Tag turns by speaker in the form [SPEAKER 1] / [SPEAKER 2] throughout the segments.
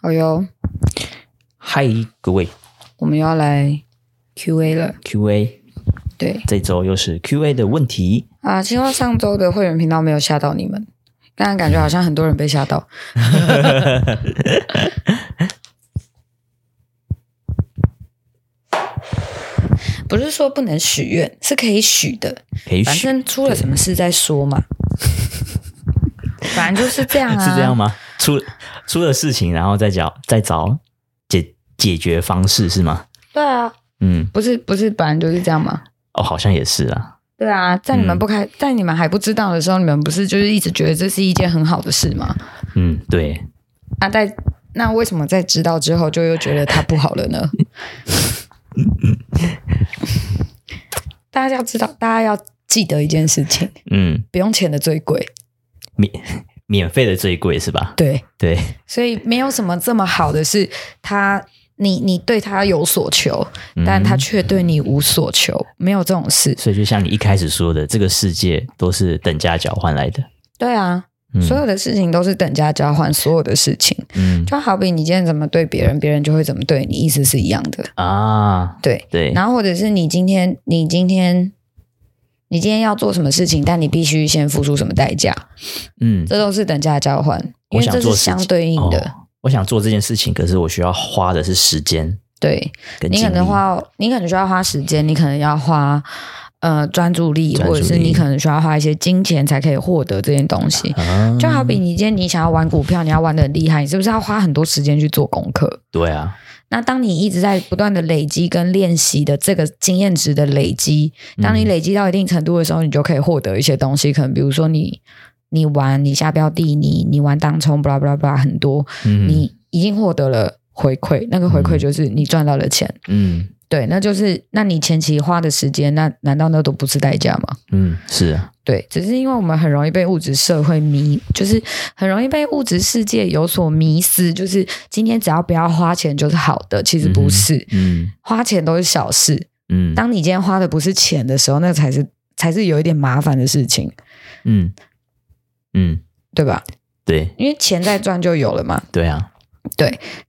[SPEAKER 1] 好哟，
[SPEAKER 2] 嗨，各位
[SPEAKER 1] 我们要来 Q&A 了。
[SPEAKER 2] ，Q&A，
[SPEAKER 1] 对
[SPEAKER 2] 这周又是 Q&A 的问题。
[SPEAKER 1] 啊，希望上周的会员频道没有吓到你们。刚刚感觉好像很多人被吓到。 不是说不能许愿，是可以许的。
[SPEAKER 2] 可以
[SPEAKER 1] 反
[SPEAKER 2] 许
[SPEAKER 1] 正出了什么事再说嘛。反正就是这样啊。
[SPEAKER 2] 是这样吗？出出了事情，然后再找再找解解决方式是吗？
[SPEAKER 1] 对啊，
[SPEAKER 2] 嗯，
[SPEAKER 1] 不是不是，本来就是这样嘛。
[SPEAKER 2] 哦，好像也是啊。
[SPEAKER 1] 对啊，在你们
[SPEAKER 2] 嗯
[SPEAKER 1] 不开，在你们还不知道的时候，你们不是就是一直觉得这是一件很好的事吗？
[SPEAKER 2] 嗯，对，
[SPEAKER 1] 啊，在那为什么在知道之后就又觉得它不好了呢？ 大家要知道，大家要记得一件事情，
[SPEAKER 2] 嗯，
[SPEAKER 1] 不用钱的最贵。
[SPEAKER 2] 免免费的最贵是吧？
[SPEAKER 1] 对，
[SPEAKER 2] 对，
[SPEAKER 1] 所以没有什么这么好的是他，你你对他有所求，
[SPEAKER 2] 嗯
[SPEAKER 1] 但他却对你无所求，没有这种事。
[SPEAKER 2] 所以就像你一开始说的，这个世界都是等价交换来的。
[SPEAKER 1] 对啊，
[SPEAKER 2] 嗯
[SPEAKER 1] 所有的事情都是等价交换，所有的事情。
[SPEAKER 2] 嗯
[SPEAKER 1] 就好比你今天怎么对别人，别人就会怎么对你，意思是一样的。
[SPEAKER 2] 啊，
[SPEAKER 1] 对，
[SPEAKER 2] 对，
[SPEAKER 1] 然后或者是你今天，你今天，你今天要做什么事情，但你必须先付出什么代价，
[SPEAKER 2] 嗯，
[SPEAKER 1] 这都是等价交换，因
[SPEAKER 2] 我
[SPEAKER 1] 为
[SPEAKER 2] 想
[SPEAKER 1] 这
[SPEAKER 2] 做
[SPEAKER 1] 是
[SPEAKER 2] 事情
[SPEAKER 1] 相对应的。
[SPEAKER 2] 哦我想做这件事情，可是我需要花的是时间
[SPEAKER 1] 对
[SPEAKER 2] 跟
[SPEAKER 1] 你
[SPEAKER 2] 精
[SPEAKER 1] 可
[SPEAKER 2] 力。
[SPEAKER 1] 能花，你可能需要花时间，你可能要花呃专注力，
[SPEAKER 2] 专注
[SPEAKER 1] 或者是
[SPEAKER 2] 力
[SPEAKER 1] 你可能需要花一些金钱才可以获得这件东西。
[SPEAKER 2] 啊
[SPEAKER 1] 就好比你今天你想要玩股票，你要玩的很厉害，你是不是要花很多时间去做功课？
[SPEAKER 2] 对啊，
[SPEAKER 1] 那当你一直在不断的累积跟练习的这个经验值的累积，当
[SPEAKER 2] 嗯
[SPEAKER 1] 你累积到一定程度的时候，你就可以获得一些东西，可能比如说你你玩你下标的，你你玩当冲，巴拉巴拉巴拉很多，
[SPEAKER 2] 嗯
[SPEAKER 1] 你已经获得了回馈，那个回馈就是你赚到了钱，
[SPEAKER 2] 嗯
[SPEAKER 1] 对，那就是那你前期花的时间，那难道那都不是代价吗？
[SPEAKER 2] 嗯是啊，
[SPEAKER 1] 对，只是因为我们很容易被物质社会迷，就是很容易被物质世界有所迷失。就是今天只要不要花钱就是好的，其实不是。
[SPEAKER 2] 嗯
[SPEAKER 1] 花钱都是小事，
[SPEAKER 2] 嗯
[SPEAKER 1] 当你今天花的不是钱的时候，那才是才是有一点麻烦的事情，
[SPEAKER 2] 嗯嗯，
[SPEAKER 1] 对吧？
[SPEAKER 2] 对
[SPEAKER 1] 因为钱再赚就有了嘛。
[SPEAKER 2] 对啊，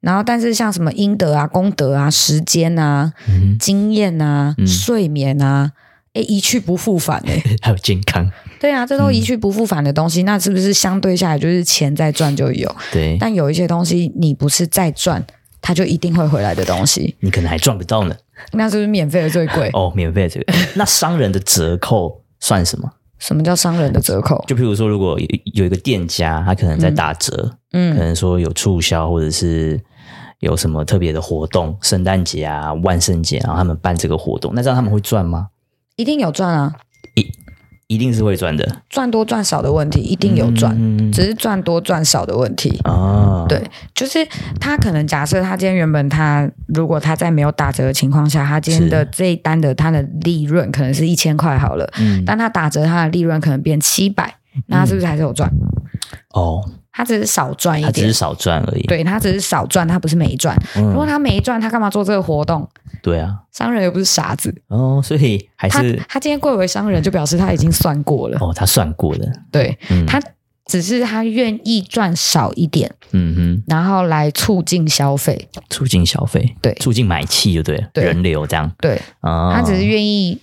[SPEAKER 1] 然后，但是像什么阴德啊、功德啊、时间啊、
[SPEAKER 2] 嗯
[SPEAKER 1] 经验啊、
[SPEAKER 2] 嗯
[SPEAKER 1] 睡眠啊，哎，一去不复返哎、
[SPEAKER 2] 哼，还有健康，
[SPEAKER 1] 对啊，这都
[SPEAKER 2] 嗯
[SPEAKER 1] 一去不复返的东西，那是不是相对下来就是钱再赚就有？
[SPEAKER 2] 对，
[SPEAKER 1] 但有一些东西你不是再赚，它就一定会回来的东西，
[SPEAKER 2] 你可能还赚不到呢。
[SPEAKER 1] 那是不是免费的最贵？
[SPEAKER 2] 哦，免费的这个，那商人的折扣算什么？
[SPEAKER 1] 什么叫商人的折扣？
[SPEAKER 2] 就譬如说，如果有有一个店家，他可能在打折，可
[SPEAKER 1] 嗯
[SPEAKER 2] 能说有促销，或者是有什么特别的活动，圣诞节啊、万圣节，然后他们办这个活动，那这样他们会赚吗？
[SPEAKER 1] 一定有赚啊，
[SPEAKER 2] 一定是会赚的，
[SPEAKER 1] 赚多赚少的问题一定有赚，
[SPEAKER 2] 嗯
[SPEAKER 1] 只是赚多赚少的问题。
[SPEAKER 2] 啊，
[SPEAKER 1] 对，就是他可能假设他今天原本他如果他在没有打折的情况下，他今天的这一单的他的利润可能是一千块好了，
[SPEAKER 2] 嗯，
[SPEAKER 1] 但他打折他的利润可能变七百，那他是不是还是有赚？
[SPEAKER 2] 哦，
[SPEAKER 1] 他只是少赚一
[SPEAKER 2] 他只
[SPEAKER 1] 点
[SPEAKER 2] 是，少赚而已，
[SPEAKER 1] 对他只是少赚，他不是没赚。如果
[SPEAKER 2] 嗯，
[SPEAKER 1] 他没赚，他干嘛做这个活动？
[SPEAKER 2] 对啊，
[SPEAKER 1] 商人又不是傻子，
[SPEAKER 2] 哦，所以还
[SPEAKER 1] 他
[SPEAKER 2] 是
[SPEAKER 1] 他今天贵为商人，就表示他已经算过了，
[SPEAKER 2] 哦，他算过的，
[SPEAKER 1] 对
[SPEAKER 2] 嗯
[SPEAKER 1] 他只是他愿意赚少一点，
[SPEAKER 2] 嗯
[SPEAKER 1] 然后来促进消费，
[SPEAKER 2] 哼，促进消费，
[SPEAKER 1] 对
[SPEAKER 2] 促进买气就对了，
[SPEAKER 1] 对
[SPEAKER 2] 人流这样
[SPEAKER 1] 对
[SPEAKER 2] 啊，
[SPEAKER 1] 他只是愿意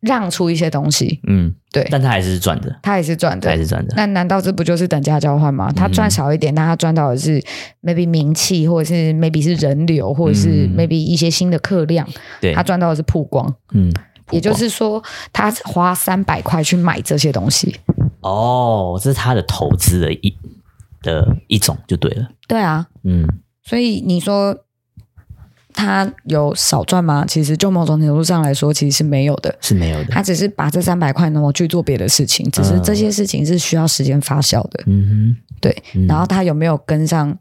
[SPEAKER 1] 让出一些东西，
[SPEAKER 2] 嗯，
[SPEAKER 1] 对
[SPEAKER 2] 但他还是赚的，
[SPEAKER 1] 他也是赚
[SPEAKER 2] 他还
[SPEAKER 1] 的。
[SPEAKER 2] 是赚的，
[SPEAKER 1] 那难道这不就是等价交换
[SPEAKER 2] 嗯
[SPEAKER 1] 吗？他赚少一点，但他赚到的是 maybe 名气，或者是 maybe 是人流，或者是
[SPEAKER 2] 嗯
[SPEAKER 1] maybe 一些新的客量，
[SPEAKER 2] 对
[SPEAKER 1] 他，赚到的是曝光。
[SPEAKER 2] 嗯，
[SPEAKER 1] 也就是说，他花三百块去买这些东西。
[SPEAKER 2] 哦，这是他的投资的一的一种就对了，
[SPEAKER 1] 对啊，
[SPEAKER 2] 嗯
[SPEAKER 1] 所以你说他有少赚吗？其实就某种程度上来说，其实是没有的。
[SPEAKER 2] 是没有的，
[SPEAKER 1] 他只是把这三百块挪去做别的事情，只是这些事情是需要时间发酵的。
[SPEAKER 2] 嗯哼，
[SPEAKER 1] 对，
[SPEAKER 2] 嗯
[SPEAKER 1] 然后他有没有跟上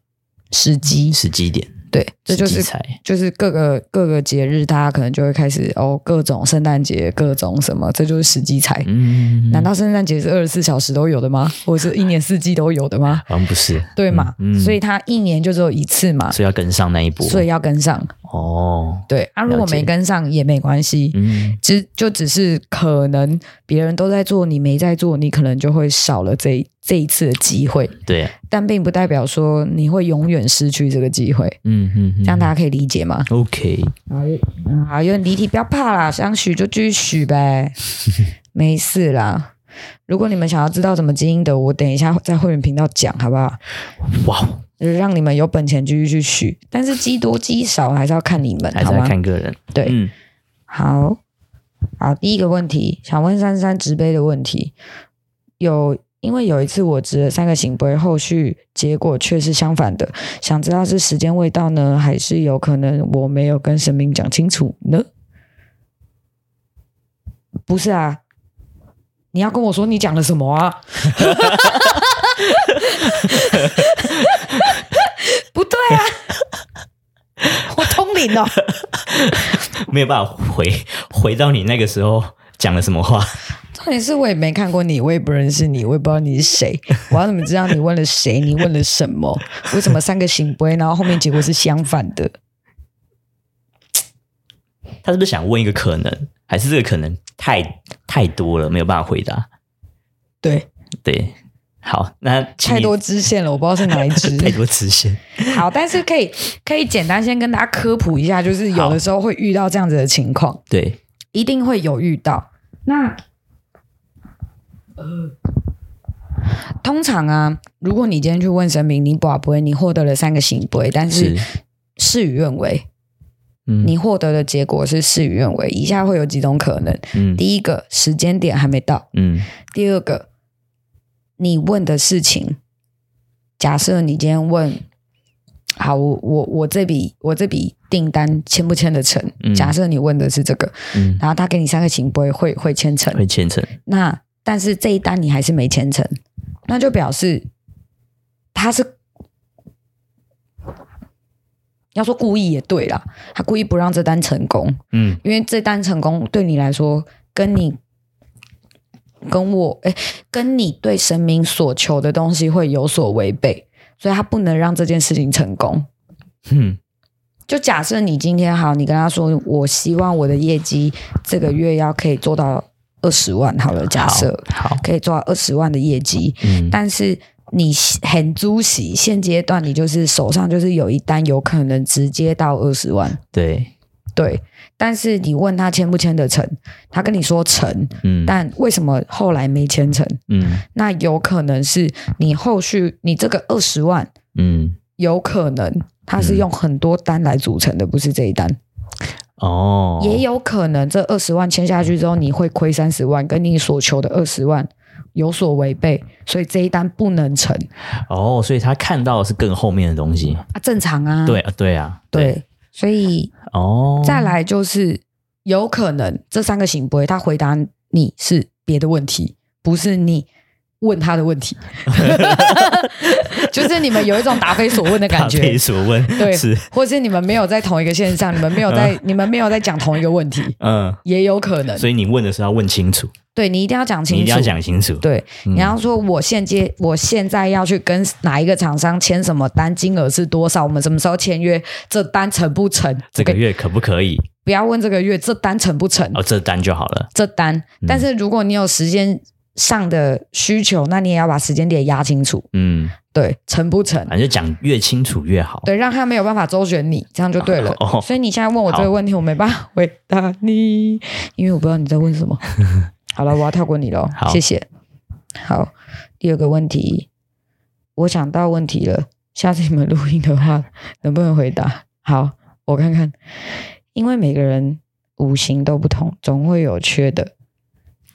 [SPEAKER 1] 时机？
[SPEAKER 2] 时机点，
[SPEAKER 1] 对，这就
[SPEAKER 2] 时机
[SPEAKER 1] 是
[SPEAKER 2] 财，
[SPEAKER 1] 就是各个各个节日，大家可能就会开始哦，各种圣诞节，各种什么，这就是时机财。
[SPEAKER 2] 嗯，
[SPEAKER 1] 难道圣诞节是二十四小时都有的 吗？或者是一年四季都有的吗？
[SPEAKER 2] 好像不是，
[SPEAKER 1] 对嘛？
[SPEAKER 2] 嗯嗯
[SPEAKER 1] 所以他一年就只有一次嘛，
[SPEAKER 2] 所以要跟上那一波，
[SPEAKER 1] 所以要跟上。
[SPEAKER 2] 哦，
[SPEAKER 1] 对啊，如果
[SPEAKER 2] 了解
[SPEAKER 1] 没跟上也没关系，
[SPEAKER 2] 嗯，
[SPEAKER 1] 只就只是可能别人都在做，你没在做，你可能就会少了这一这一次的机会，
[SPEAKER 2] 对，啊
[SPEAKER 1] 但并不代表说你会永远失去这个机会。
[SPEAKER 2] 嗯嗯，
[SPEAKER 1] 这样大
[SPEAKER 2] 家
[SPEAKER 1] 家可以理解吗？
[SPEAKER 2] OK，
[SPEAKER 1] 嗯好，有点离题，不要怕啦，想许就继续许 呗，没事啦。如果你们想要知道怎么经营的，我等一下在会员频道讲，好不好？
[SPEAKER 2] 哇，
[SPEAKER 1] 就是让你们有本钱继续去许，但是积多积少还是要看你们，
[SPEAKER 2] 还是
[SPEAKER 1] 好
[SPEAKER 2] 要
[SPEAKER 1] 吗？
[SPEAKER 2] 看个人，
[SPEAKER 1] 对
[SPEAKER 2] 嗯，
[SPEAKER 1] 好，好，第一个问题，想问珊珊直杯的问题，有因为有一次我直了三个醒杯，后续结果却是相反的，想知道是时间未到呢，还是有可能我没有跟神明讲清楚呢？不是啊，你要跟我说你讲了什么啊？ 不对啊， 我通灵哦了。
[SPEAKER 2] 没有办法回 回到你那个时候讲了什么话，
[SPEAKER 1] 重点是我也没看过你，我也不认识你，我也不知道你是谁，我要怎么知道你问了谁，你问了什么？为什么三个醒杯，然后后面结果是相反的？
[SPEAKER 2] 他是不是想问一个可能，还是这个可能太太多了，没有办法回答？
[SPEAKER 1] 对，
[SPEAKER 2] 对，好，那请
[SPEAKER 1] 太
[SPEAKER 2] 你
[SPEAKER 1] 多支线了，我不知道是哪一
[SPEAKER 2] 太
[SPEAKER 1] 支。
[SPEAKER 2] 多支线，
[SPEAKER 1] 好，但是可以可以简单先跟大家科普一下，就是有的时候会遇到这样子的情况，
[SPEAKER 2] 对，
[SPEAKER 1] 一定会有遇到。那呃，通常啊，如果你今天去问神明，你不不会，你获得了三个醒杯，但
[SPEAKER 2] 是
[SPEAKER 1] 是，事与愿违。
[SPEAKER 2] 嗯
[SPEAKER 1] 你获得的结果是事与愿违。以下会有几种可能：
[SPEAKER 2] 嗯
[SPEAKER 1] 第一个，时间点还没到；
[SPEAKER 2] 嗯
[SPEAKER 1] 第二个，你问的事情，假设你今天问，好，我我我这笔我这笔订单签不签得成？
[SPEAKER 2] 嗯
[SPEAKER 1] 假设你问的是这个，
[SPEAKER 2] 嗯，
[SPEAKER 1] 然后他给你三个行不会会会签成，
[SPEAKER 2] 会虔诚，
[SPEAKER 1] 那但是这一单你还是没签成，那就表示他是要说故意也对啦，他故意不让这单成功，
[SPEAKER 2] 嗯
[SPEAKER 1] 因为这单成功对你来说，跟你跟我哎，跟你对神明所求的东西会有所违背，所以他不能让这件事情成功。
[SPEAKER 2] 嗯
[SPEAKER 1] 就假设你今天好，你跟他说，我希望我的业绩这个月要可以做到二十万，好了，假设
[SPEAKER 2] 好好
[SPEAKER 1] 可以做到二十万的业绩，
[SPEAKER 2] 嗯，
[SPEAKER 1] 但是你很猪喜，现阶段你就是手上就是有一单，有可能直接到二十万，
[SPEAKER 2] 对，
[SPEAKER 1] 对。但是你问他签不签得成，他跟你说成，
[SPEAKER 2] 嗯
[SPEAKER 1] 但为什么后来没签成？
[SPEAKER 2] 嗯
[SPEAKER 1] 那有可能是你后续你这个二十万，
[SPEAKER 2] 嗯，
[SPEAKER 1] 有可能它是用很多单来组成的，不是这一单。
[SPEAKER 2] 哦，
[SPEAKER 1] 也有可能这二十万签下去之后，你会亏三十万，跟你所求的二十万有所违背，所以这一单不能成
[SPEAKER 2] 哦，所以他看到的是更后面的东西，
[SPEAKER 1] 啊，正常啊，
[SPEAKER 2] 对啊对啊，
[SPEAKER 1] 对，所以
[SPEAKER 2] 哦，
[SPEAKER 1] 再来就是有可能这三个行不会，他回答你是别的问题，不是你。问他的问 题，就是你们有一种答非所问的感
[SPEAKER 2] 答非
[SPEAKER 1] 觉，
[SPEAKER 2] 所问，
[SPEAKER 1] 对
[SPEAKER 2] 是，
[SPEAKER 1] 或是你们没有在同一个线上，你们没有 在，你们没有在讲同一个问题，
[SPEAKER 2] 嗯，
[SPEAKER 1] 也有可能。
[SPEAKER 2] 所以你问的是要问清楚，
[SPEAKER 1] 对你一定要讲
[SPEAKER 2] 你
[SPEAKER 1] 清
[SPEAKER 2] 一
[SPEAKER 1] 楚，
[SPEAKER 2] 定要讲清楚，
[SPEAKER 1] 对，
[SPEAKER 2] 嗯
[SPEAKER 1] 你要说我现接，我现在要去跟哪一个厂商签什么单，金额是多少，我们什么时候签约，这单成不成？
[SPEAKER 2] 这个
[SPEAKER 1] OK，
[SPEAKER 2] 月可不可以？
[SPEAKER 1] 不要问这个月，这单成不成？
[SPEAKER 2] 哦，这单就好了，
[SPEAKER 1] 这单，但是如果你有时间上的需求，那你也要把时间点压清楚，
[SPEAKER 2] 嗯，
[SPEAKER 1] 对，成不成？
[SPEAKER 2] 反正讲越清楚越好，
[SPEAKER 1] 对，让他没有办法周旋你，这样就对了。
[SPEAKER 2] 哦
[SPEAKER 1] 所以你现在问我这
[SPEAKER 2] 好
[SPEAKER 1] 个问题，我没办法回答你，因为我不知道你在问什 么。好了，我要跳过你喽
[SPEAKER 2] 好，
[SPEAKER 1] 谢谢。好，第二个问题，我想到问题了，下次你们录音的话，能不能回答？好，我看看，因为每个人五行都不同，总会有缺的。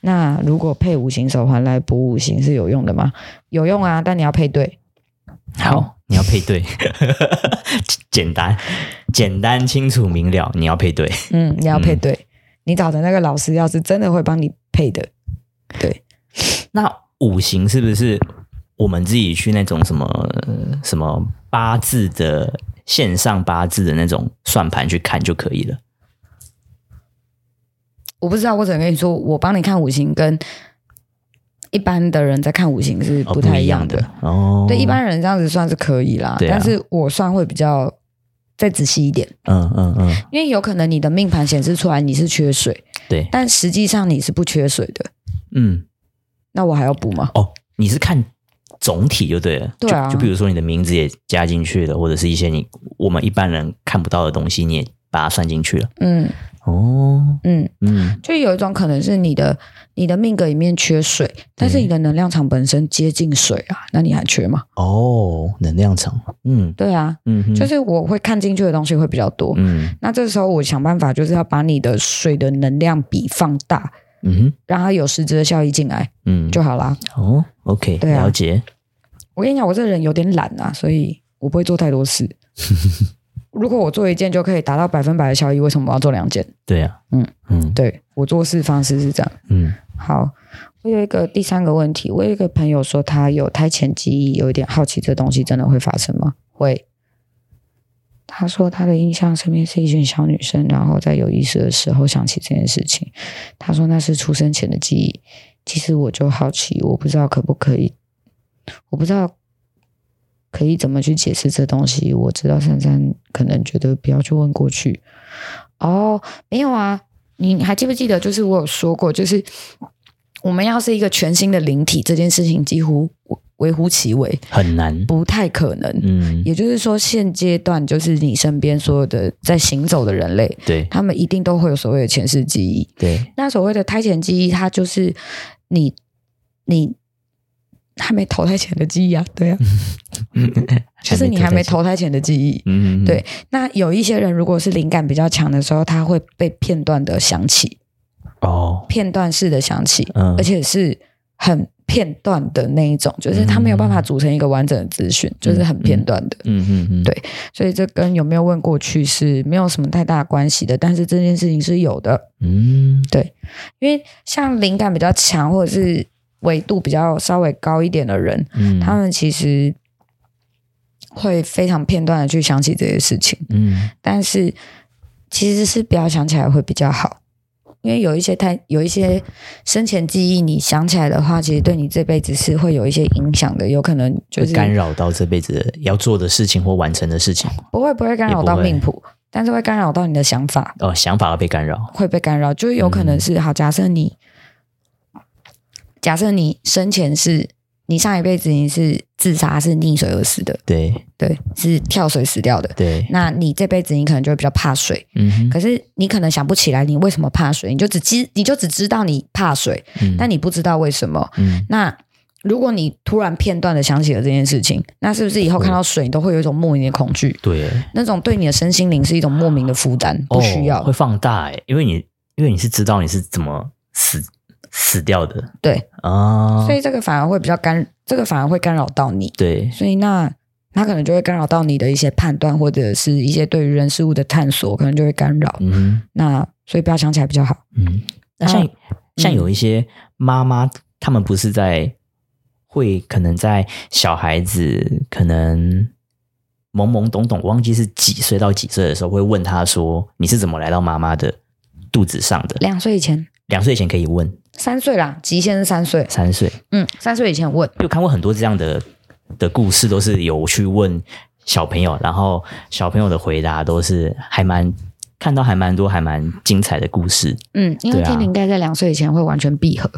[SPEAKER 1] 那如果配五行手环来补五行是有用的吗？有用啊，但你要配对。
[SPEAKER 2] 好，你要配对， 简单、简单、清楚、明了，你要配对。
[SPEAKER 1] 嗯，你要配对，你找的那个老师要是真的会帮你配的，对，
[SPEAKER 2] 那五行是不是我们自己去那种什么呃什么八字的线上八字的那种算盘去看就可以了？
[SPEAKER 1] 我不知道，我只能跟你说，我帮你看五行跟一般的人在看五行是
[SPEAKER 2] 哦，
[SPEAKER 1] 太
[SPEAKER 2] 一
[SPEAKER 1] 样
[SPEAKER 2] 样的哦。
[SPEAKER 1] 对，一般人这样子算是可以啦，
[SPEAKER 2] 对啊
[SPEAKER 1] 但是我算会比较再仔细一点，
[SPEAKER 2] 嗯嗯嗯，
[SPEAKER 1] 因为有可能你的命盘显示出来你是缺水，
[SPEAKER 2] 对，
[SPEAKER 1] 但实际上你是不缺水的，
[SPEAKER 2] 嗯，
[SPEAKER 1] 那我还要补吗？
[SPEAKER 2] 哦，你是看总体就对了，
[SPEAKER 1] 对啊
[SPEAKER 2] 就，就比如说你的名字也加进去了，或者是一些你我们一般人看不到的东西，你也把它算进去了。
[SPEAKER 1] 嗯
[SPEAKER 2] 哦，
[SPEAKER 1] 嗯，
[SPEAKER 2] 嗯，
[SPEAKER 1] 就有一种可能是你的你的命格里面缺水，但是你的能量场本身接近水啊，那你还缺吗？
[SPEAKER 2] 哦，能量场，嗯
[SPEAKER 1] 对啊，
[SPEAKER 2] 嗯哼，
[SPEAKER 1] 就是我会看进去的东西会比较多。
[SPEAKER 2] 嗯
[SPEAKER 1] 那这时候我想办法就是要把你的水的能量比放大，
[SPEAKER 2] 嗯哼
[SPEAKER 1] 让它有实质的效益进来
[SPEAKER 2] 嗯，
[SPEAKER 1] 就好啦。
[SPEAKER 2] 哦，OK，
[SPEAKER 1] 对啊
[SPEAKER 2] 了解，
[SPEAKER 1] 我跟你讲，我这人有点懒啊，所以我不会做太多事。 如果我做一件就可以达到百分百的效益，为什么我要做两件？
[SPEAKER 2] 对啊，
[SPEAKER 1] 嗯
[SPEAKER 2] 嗯
[SPEAKER 1] 对我做事方式是这样。
[SPEAKER 2] 嗯
[SPEAKER 1] 好，我有一个第三个问题，我有一个朋友说他有胎前记忆，有一点好奇这东西真的会发生吗？会。他说他的印象身边是一群小女生，然后在有意识的时候想起这件事情。他说那是出生前的记忆。其实我就好奇，我不知道可不可以，我不知道可以怎么去解释这东西。我知道珊珊可能觉得不要去问过去。哦，没有啊，你还记不记得？就是我有说过，就是我们要是一个全新的灵体，这件事情几乎微乎其微，
[SPEAKER 2] 很难，
[SPEAKER 1] 不太可能。
[SPEAKER 2] 嗯，
[SPEAKER 1] 也就是说，现阶段就是你身边所有的在行走的人类，
[SPEAKER 2] 对
[SPEAKER 1] 他们一定都会有所谓的前世记忆。
[SPEAKER 2] 对，
[SPEAKER 1] 那所谓的胎前记忆，它就是你你还没投胎前的记忆啊，对啊，就是你还没投胎前的记忆。
[SPEAKER 2] 嗯，嗯，
[SPEAKER 1] 对那有一些人如果是灵感比较强的时候，他会被片段的想起，
[SPEAKER 2] 哦，
[SPEAKER 1] 片段式的想起，
[SPEAKER 2] 嗯
[SPEAKER 1] 而且是很片段的那一种，就是他没有办法组成一个完整的资讯，就是很片段的。
[SPEAKER 2] 嗯嗯嗯，
[SPEAKER 1] 对所以这跟有没有问过去是没有什么太大关系的，但是这件事情是有的。
[SPEAKER 2] 嗯
[SPEAKER 1] 因为像灵感比较强或者是维度比较稍微高一点的人，
[SPEAKER 2] 嗯，
[SPEAKER 1] 他们其实会非常片段的去想起这些事情，
[SPEAKER 2] 嗯
[SPEAKER 1] 但是其实是不要想起来会比较好。因为有一些太有一些生前记忆，你想起来的话，其实对你这辈子是会有一些影响的，有可能就
[SPEAKER 2] 会
[SPEAKER 1] 是
[SPEAKER 2] 干扰到这辈子的要做的事情或完成的事情，
[SPEAKER 1] 不会不会干扰到命谱，但是会干扰到你的想法，
[SPEAKER 2] 哦，想法会被干扰，
[SPEAKER 1] 会被干扰，就是有可能
[SPEAKER 2] 嗯
[SPEAKER 1] 是、好。假设你，假设你生前是你上一辈子你是自杀是溺水而死的，
[SPEAKER 2] 对
[SPEAKER 1] 对，是跳水死掉的。
[SPEAKER 2] 对，
[SPEAKER 1] 那你这辈子你可能就会比较怕水，
[SPEAKER 2] 嗯哼，
[SPEAKER 1] 可是你可能想不起来你为什么怕水，你就只知你就只知道你怕水，
[SPEAKER 2] 嗯
[SPEAKER 1] 但你不知道为什么。
[SPEAKER 2] 嗯
[SPEAKER 1] 那如果你突然片段的想起了这件事情，那是不是以后看到水你都会有一种莫名的恐惧？
[SPEAKER 2] 对，
[SPEAKER 1] 那种对你的身心灵是一种莫名的负担，不需要。
[SPEAKER 2] 哦会放大哎，因为你因为你是知道你是怎么死死掉的
[SPEAKER 1] 对，
[SPEAKER 2] 啊，
[SPEAKER 1] 所以这个反而会比较干，这个反而会干扰到你，
[SPEAKER 2] 对，
[SPEAKER 1] 所以那它可能就会干扰到你的一些判断，或者是一些对于人事物的探索，可能就会干扰。
[SPEAKER 2] 嗯哼
[SPEAKER 1] 那所以不要想起来比较好。
[SPEAKER 2] 嗯，那像
[SPEAKER 1] 啊
[SPEAKER 2] 像有一些妈妈，他们不是在会可能在小孩子可能。懵懵懂懂，忘记是几岁到几岁的时候，会问他说：“你是怎么来到妈妈的肚子上的？”
[SPEAKER 1] 两岁以前，
[SPEAKER 2] 两岁前可以问，
[SPEAKER 1] 三岁啦，极限是三岁。
[SPEAKER 2] 三岁
[SPEAKER 1] 嗯，三岁以前问，
[SPEAKER 2] 有看过很多这样的的故事，都是有去问小朋友，然后小朋友的回答都是还蛮看到还蛮多还蛮精彩的故事
[SPEAKER 1] 嗯，因为
[SPEAKER 2] 对啊
[SPEAKER 1] 天灵盖在两岁以前会完全闭合，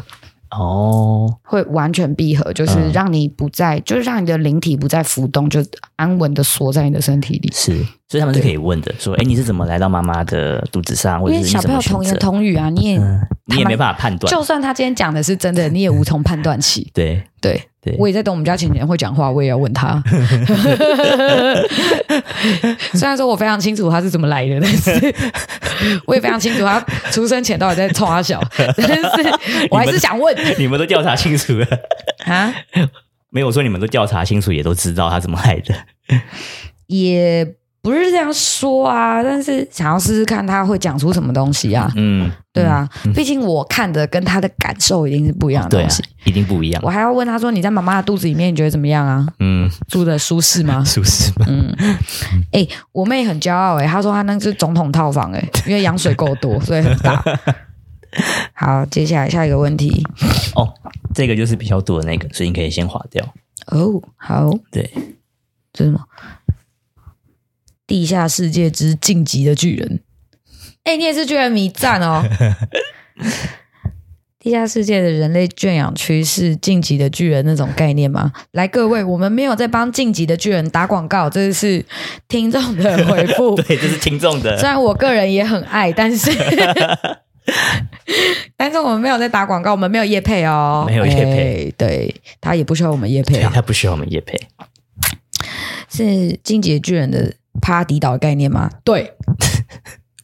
[SPEAKER 2] 哦。
[SPEAKER 1] 会完全闭合，就是
[SPEAKER 2] 嗯
[SPEAKER 1] 让你不再，就是让你的灵体不再浮动，就安稳的缩在你的身体里。
[SPEAKER 2] 是，所以他们是可以问的，说：“哎，你是怎么来到妈妈的肚子上？”或
[SPEAKER 1] 因
[SPEAKER 2] 者
[SPEAKER 1] 为
[SPEAKER 2] 是
[SPEAKER 1] 小
[SPEAKER 2] 你怎
[SPEAKER 1] 朋友
[SPEAKER 2] 么选
[SPEAKER 1] 童言
[SPEAKER 2] 择？
[SPEAKER 1] 童语啊，你也、
[SPEAKER 2] 嗯，
[SPEAKER 1] 他
[SPEAKER 2] 你也
[SPEAKER 1] 们
[SPEAKER 2] 没办法判断。
[SPEAKER 1] 就算他今天讲的是真的，你也无从判断 起。
[SPEAKER 2] 对
[SPEAKER 1] 对，
[SPEAKER 2] 对，
[SPEAKER 1] 我也在等我们家浅浅会讲话，我也要问他。 虽然说我非常清楚他是怎么来的，但 是我也非常清楚他出生前到底在冲他小，但 是我还是想问
[SPEAKER 2] 你们都调查清楚了，
[SPEAKER 1] 啊，
[SPEAKER 2] 没有我说你们都调查清楚，也都知道他怎么来 的。
[SPEAKER 1] 也不是这样说啊，但是想要试试看他会讲出什么东西啊。
[SPEAKER 2] 嗯，
[SPEAKER 1] 对啊，毕竟我看的跟他的感受一定是不一样的
[SPEAKER 2] 对啊
[SPEAKER 1] 东西。，
[SPEAKER 2] 一定不一样
[SPEAKER 1] 我。还要问他说：“你在妈妈的肚子里面，你觉得怎么样啊？
[SPEAKER 2] 嗯，
[SPEAKER 1] 住的舒适 吗？”
[SPEAKER 2] 是不是吧？
[SPEAKER 1] 嗯，哎、我妹很骄傲哎、她说她那是总统套房哎、因为羊水够多，所以很 大。好，接下来下一个问题
[SPEAKER 2] 哦，这个就是比较多的那个，所以你可以先划掉。
[SPEAKER 1] 哦，好，
[SPEAKER 2] 对，
[SPEAKER 1] 这是什么？地下世界之晋级的巨人》。哎，你也是巨人迷赞哦！ 地下世界的人类圈养区是晋级的巨人那种概念吗？来，各位，我们没有在帮晋级的巨人打广告，这是听众的回复。
[SPEAKER 2] 对，这是听众
[SPEAKER 1] 虽
[SPEAKER 2] 的，
[SPEAKER 1] 然我个人也很爱，但 是但是我们没有在打广告，我们没有业配哦，
[SPEAKER 2] 没有业配
[SPEAKER 1] 哎对他也不需要我们业配
[SPEAKER 2] 对
[SPEAKER 1] 啊，
[SPEAKER 2] 他不需要我们叶配，
[SPEAKER 1] 是《进击的巨人》的趴底岛的概念吗？对，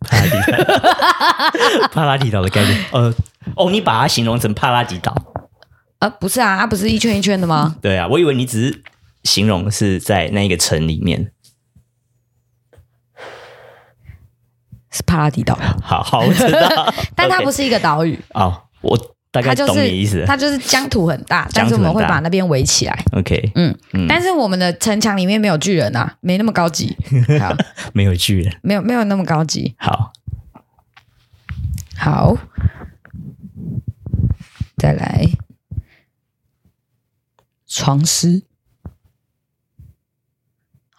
[SPEAKER 2] 帕拉迪岛， 帕拉迪岛的概念，呃，哦，你把它形容成帕拉迪岛，
[SPEAKER 1] 啊，不是啊，它不是一圈一圈的吗？
[SPEAKER 2] 对啊，我以为你只是形容是在那一个城里面，
[SPEAKER 1] 是帕拉底岛，，
[SPEAKER 2] 好好，我知道
[SPEAKER 1] 但它不
[SPEAKER 2] 是
[SPEAKER 1] 是一个岛屿，
[SPEAKER 2] 哦，我大概
[SPEAKER 1] 它就
[SPEAKER 2] 懂
[SPEAKER 1] 是
[SPEAKER 2] 你意思
[SPEAKER 1] 它就是疆土很大，但
[SPEAKER 2] 疆土
[SPEAKER 1] 是
[SPEAKER 2] 很大
[SPEAKER 1] 我们会把那边围起来。
[SPEAKER 2] ，OK，
[SPEAKER 1] 嗯，
[SPEAKER 2] 嗯
[SPEAKER 1] 但是我们的城墙里面没有巨人啊，没那么高 级，好，
[SPEAKER 2] 没有巨人，
[SPEAKER 1] 没有没有那么高级。
[SPEAKER 2] 好，
[SPEAKER 1] 好，再来，床师。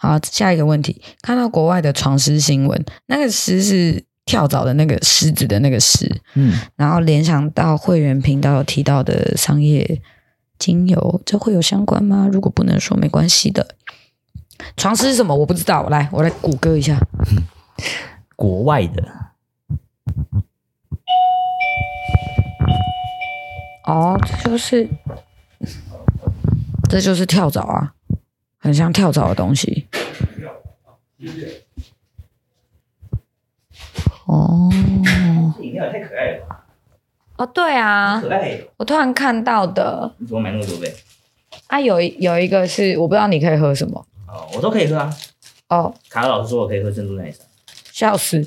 [SPEAKER 1] 好，下一个问题，看到国外的床师新闻，那个“狮”是跳蚤的那个狮子的那个“狮
[SPEAKER 2] 嗯，”，
[SPEAKER 1] 然后联想到会员频道有提到的商业精油，这会有相关吗？如果不能说，没关系的。床师是什么？我不知道，来，我来谷歌一下。
[SPEAKER 2] 国外
[SPEAKER 1] 啊
[SPEAKER 2] 的，
[SPEAKER 1] 哦，这就是，这就是跳蚤啊，很像跳蚤的东西。哦，
[SPEAKER 2] 饮料也太可爱了，
[SPEAKER 1] 哦，对啊，
[SPEAKER 2] 爱，
[SPEAKER 1] 我突然看到的
[SPEAKER 2] 你怎么买那么多杯？
[SPEAKER 1] 啊，有一有一个是我不知道你可以喝什么
[SPEAKER 2] 哦，我都可以喝啊。
[SPEAKER 1] 哦，
[SPEAKER 2] 卡老师说我可以喝珍珠奶茶，
[SPEAKER 1] 笑死，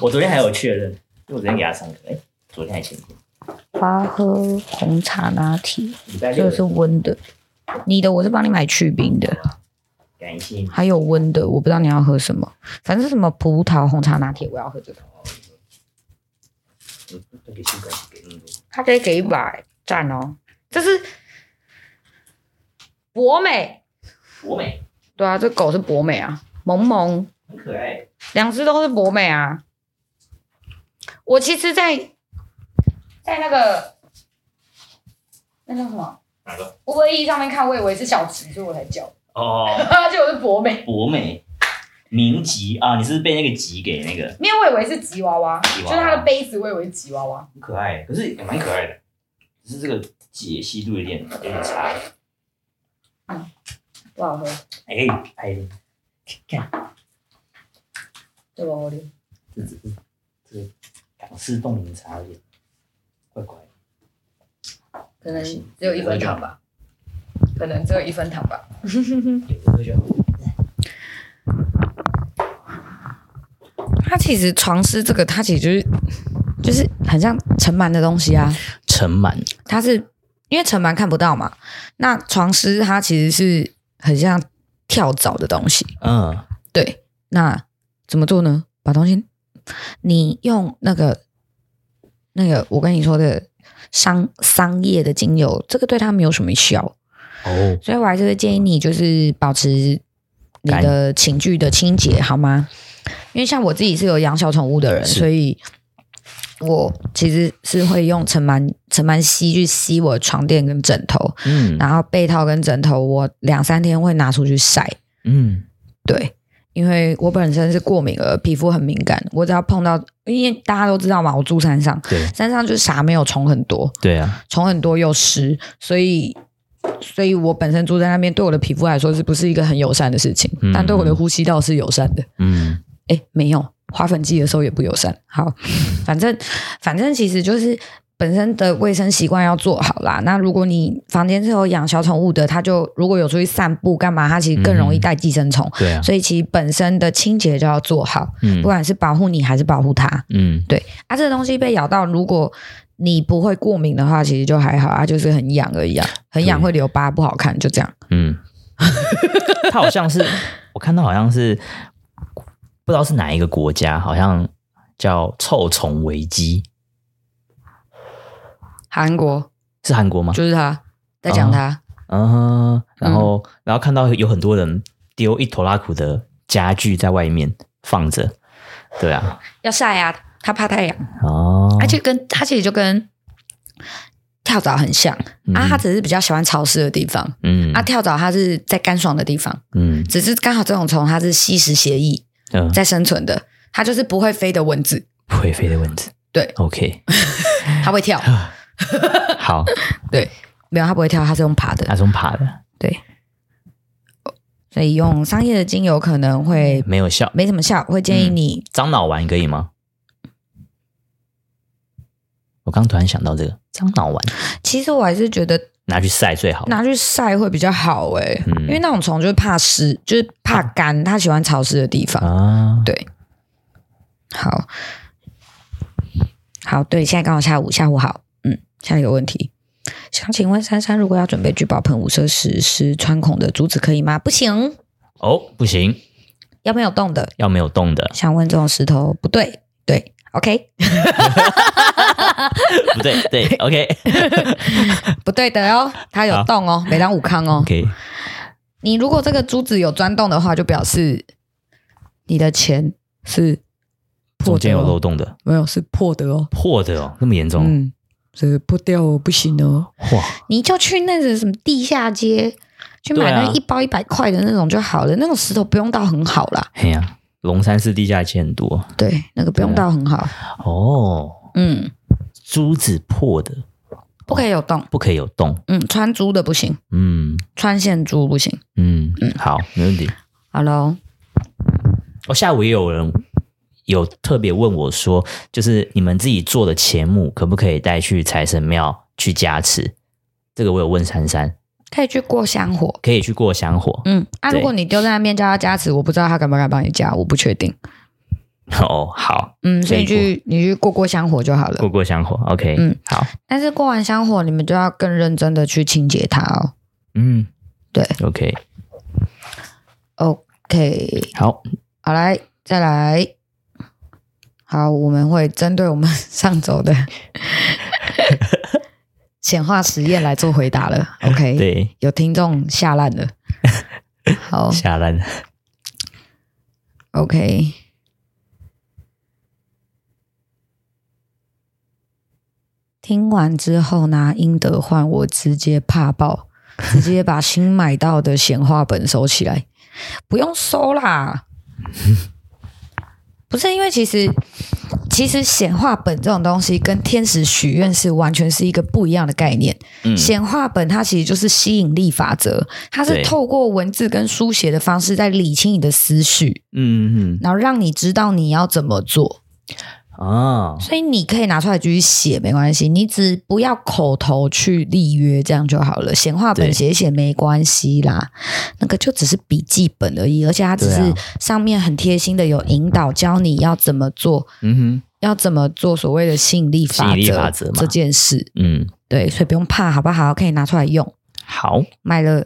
[SPEAKER 2] 我昨天还有确认，因为我昨天给他上课，哎、昨天还前天，
[SPEAKER 1] 花喝红茶拿铁，
[SPEAKER 2] 礼拜
[SPEAKER 1] 这
[SPEAKER 2] 六
[SPEAKER 1] 个是温的，你的我是帮你买去冰的，
[SPEAKER 2] 感谢你，
[SPEAKER 1] 还有温的，我不知道你要喝什么，反正是什么葡萄红茶拿铁，我要喝这个。
[SPEAKER 2] 我都给新哥给那么多，
[SPEAKER 1] 他可以给一百赞哦，这是博美，
[SPEAKER 2] 博美
[SPEAKER 1] 对啊，这狗是博美啊，萌萌，
[SPEAKER 2] 很可爱，
[SPEAKER 1] 两只都是博美啊。我其实在，在那个那叫什么
[SPEAKER 2] 哪个？
[SPEAKER 1] 乌龟翼上面看，我以为是小吉，所以我才叫，
[SPEAKER 2] 哦，
[SPEAKER 1] 结果是博美，
[SPEAKER 2] 博美名吉啊，你是不是被那个吉给那个，
[SPEAKER 1] 因为我以为是吉娃娃，
[SPEAKER 2] 吉娃
[SPEAKER 1] 就
[SPEAKER 2] 娃
[SPEAKER 1] 是它的杯子，我以为是吉娃娃。
[SPEAKER 2] 很可爱，可是也蛮可爱的，只是这个解析度有点有点差，
[SPEAKER 1] 不好喝，
[SPEAKER 2] 还可以拍的，看
[SPEAKER 1] 对吧？我的
[SPEAKER 2] 这只是这个港式冻柠茶有点怪怪的。
[SPEAKER 1] 可能只有一分糖吧，可能只有一分糖吧。它其实床虱这个，它其实就是就是很像尘螨的东西啊。
[SPEAKER 2] 尘螨，
[SPEAKER 1] 它是因为尘螨看不到嘛，那床虱它其实是很像跳蚤的东西。
[SPEAKER 2] 嗯，
[SPEAKER 1] 对，那怎么做呢？把东西，你用那个那个我跟你说的桑桑叶的精油，这个对它没有什么效，
[SPEAKER 2] 哦，
[SPEAKER 1] 所以我还是会建议你就是保持你的寝具的清洁，好吗？因为像我自己是有养小宠物的人，
[SPEAKER 2] 是
[SPEAKER 1] 所以我其实是会用尘螨尘螨吸去吸我的床垫跟枕头，
[SPEAKER 2] 嗯
[SPEAKER 1] 然后被套跟枕头我两三天会拿出去晒，
[SPEAKER 2] 嗯，
[SPEAKER 1] 对。因为我本身是过敏儿，皮肤很敏感，我只要碰到，因为大家都知道嘛，我住山上，
[SPEAKER 2] 对
[SPEAKER 1] 山上就是啥没有虫很多，
[SPEAKER 2] 对啊，
[SPEAKER 1] 虫很多又湿，所以所以我本身住在那边，对我的皮肤来说是不是一个很友善的事情？
[SPEAKER 2] 嗯
[SPEAKER 1] 但对我的呼吸道是友善的。
[SPEAKER 2] 嗯
[SPEAKER 1] 哎，没有花粉季的时候也不友善。好，反正反正其实就是。本身的卫生习惯要做好啦。那如果你房间是有养小宠物的，它就如果有出去散步干嘛，它其实更容易
[SPEAKER 2] 嗯
[SPEAKER 1] 带寄生虫。
[SPEAKER 2] 对啊，
[SPEAKER 1] 所以其实本身的清洁就要做好，
[SPEAKER 2] 嗯
[SPEAKER 1] 不管是保护你还是保护它。
[SPEAKER 2] 嗯
[SPEAKER 1] 对啊，这个东西被咬到，如果你不会过敏的话，其实就还好啊，就是很痒而已啊，很痒
[SPEAKER 2] 对
[SPEAKER 1] 会留疤，不好看，就这样。
[SPEAKER 2] 嗯， 他好像是我看到好像是不知道是哪一个国家，好像叫臭虫危机，
[SPEAKER 1] 韩国
[SPEAKER 2] 是韩国吗？
[SPEAKER 1] 就是嗯他在讲他，
[SPEAKER 2] 嗯哼，然后然后看到有很多人丢一头拉苦的家具在外面放着，对啊，
[SPEAKER 1] 要晒啊，他怕太阳，
[SPEAKER 2] 哦，
[SPEAKER 1] 而且跟他其实就跟跳蚤很像啊，他只是比较喜欢潮湿的地方
[SPEAKER 2] 嗯
[SPEAKER 1] 啊，跳蚤它是在干爽的地方，
[SPEAKER 2] 嗯
[SPEAKER 1] 只是刚好这种虫它是吸食血液
[SPEAKER 2] 嗯，
[SPEAKER 1] 在生存的，它就是不会飞的蚊子，
[SPEAKER 2] 不会飞的蚊子，
[SPEAKER 1] 对
[SPEAKER 2] ，OK，
[SPEAKER 1] 它会 跳，
[SPEAKER 2] 好，
[SPEAKER 1] 没有它不会跳，它是用爬的，
[SPEAKER 2] 那种爬的
[SPEAKER 1] 所以用商业的精油可能会
[SPEAKER 2] 没有效，
[SPEAKER 1] 没什么效，会建议你
[SPEAKER 2] 樟脑丸可以吗？我刚突然想到这个樟脑丸，
[SPEAKER 1] 其实我还是觉得
[SPEAKER 2] 拿去晒最好。
[SPEAKER 1] 拿去晒会比较好哎、
[SPEAKER 2] 哦嗯
[SPEAKER 1] 因为那种虫就是怕湿，就是怕干，它喜欢潮湿的地方。
[SPEAKER 2] 啊，
[SPEAKER 1] 对，好，好，对，现在刚好下午，下午好，嗯，下一个问题。想请问珊珊，如果要准备聚宝盆五色石是穿孔的竹子可以吗？不行，
[SPEAKER 2] 哦，不行，
[SPEAKER 1] 要没有洞的。，
[SPEAKER 2] 要没有动的
[SPEAKER 1] 想问这种石头不对，对，OK，
[SPEAKER 2] 不对， 对，OK，OK，、
[SPEAKER 1] 不对的哦，它有
[SPEAKER 2] 好
[SPEAKER 1] 洞哦，每当五康哦。你如果这个珠子有钻洞的话，就表示你的钱是破
[SPEAKER 2] 中间
[SPEAKER 1] 的、
[SPEAKER 2] 有
[SPEAKER 1] 哦，
[SPEAKER 2] 漏洞的，
[SPEAKER 1] 没有是破的哦。
[SPEAKER 2] 破的哦，那么严重，
[SPEAKER 1] 嗯，是破掉哦，不行哦。
[SPEAKER 2] 哇，
[SPEAKER 1] 你就去那个什么地下街去买
[SPEAKER 2] 对啊
[SPEAKER 1] 那一包一百块的那种就好了，那种石头不用到很好啦。
[SPEAKER 2] 哎呀、龙山寺地下街很多
[SPEAKER 1] 对，那个不用到很好。
[SPEAKER 2] 哦，
[SPEAKER 1] 嗯，
[SPEAKER 2] 珠子破的
[SPEAKER 1] 不可以有洞。
[SPEAKER 2] 不可以有洞，
[SPEAKER 1] 嗯，穿珠的不行，
[SPEAKER 2] 嗯
[SPEAKER 1] 穿线珠不行。
[SPEAKER 2] 嗯，好，没问题。
[SPEAKER 1] 好喽，
[SPEAKER 2] 哦，下午也有人有特别问我说，就是你们自己做的节目可不可以带去财神庙去加持？这个我有问珊珊，
[SPEAKER 1] 可以去过香火。
[SPEAKER 2] 可以去过香火、
[SPEAKER 1] 嗯，啊，
[SPEAKER 2] 对
[SPEAKER 1] 如果你丢在那边叫他加持，我不知道他敢不敢帮你加，我不确定。
[SPEAKER 2] 哦，好，
[SPEAKER 1] 嗯，所以你
[SPEAKER 2] 可以
[SPEAKER 1] 去你去过过香火就好了
[SPEAKER 2] 过。过香火，OK，
[SPEAKER 1] 嗯，
[SPEAKER 2] 好，
[SPEAKER 1] 但是过完香火，你们就要更认真的去清洁它哦。
[SPEAKER 2] 嗯，
[SPEAKER 1] 对
[SPEAKER 2] ，OK，
[SPEAKER 1] 哦 OK，
[SPEAKER 2] 好，
[SPEAKER 1] 好来，再来。好，我们会针对我们上周的显化实验来做回答了。OK，，
[SPEAKER 2] 对，
[SPEAKER 1] 有听众吓烂了。好
[SPEAKER 2] 下烂，
[SPEAKER 1] ，OK。听完之后拿英德换，我直接怕 爆，直接把新买到的显化本收起来，不用收 啦。不是因为其实，其实显化本这种东西跟天使许愿是完全是一个不一样的概念。
[SPEAKER 2] 嗯
[SPEAKER 1] 显化本它其实就是吸引力法则，它是
[SPEAKER 2] 对
[SPEAKER 1] 透过文字跟书写的方式在理清你的思绪，
[SPEAKER 2] 嗯嗯
[SPEAKER 1] 然后让你知道你要怎么做。
[SPEAKER 2] 嗯，哦，
[SPEAKER 1] 所以你可以拿出来继续写，没关系，你只不要口头去立约，这样就好了。闲话本
[SPEAKER 2] 对
[SPEAKER 1] 写一写没关系啦，那个就只是笔记本而已，而且它只
[SPEAKER 2] 对
[SPEAKER 1] 是
[SPEAKER 2] 啊
[SPEAKER 1] 上面很贴心的有引导，教你要怎么做，
[SPEAKER 2] 嗯哼，
[SPEAKER 1] 要怎么做所谓的吸引力法
[SPEAKER 2] 吸引力
[SPEAKER 1] 则
[SPEAKER 2] 法则嘛
[SPEAKER 1] 这件事。
[SPEAKER 2] 嗯，
[SPEAKER 1] 对，所以不用怕，好不好？可以拿出来用。
[SPEAKER 2] 好，
[SPEAKER 1] 买了，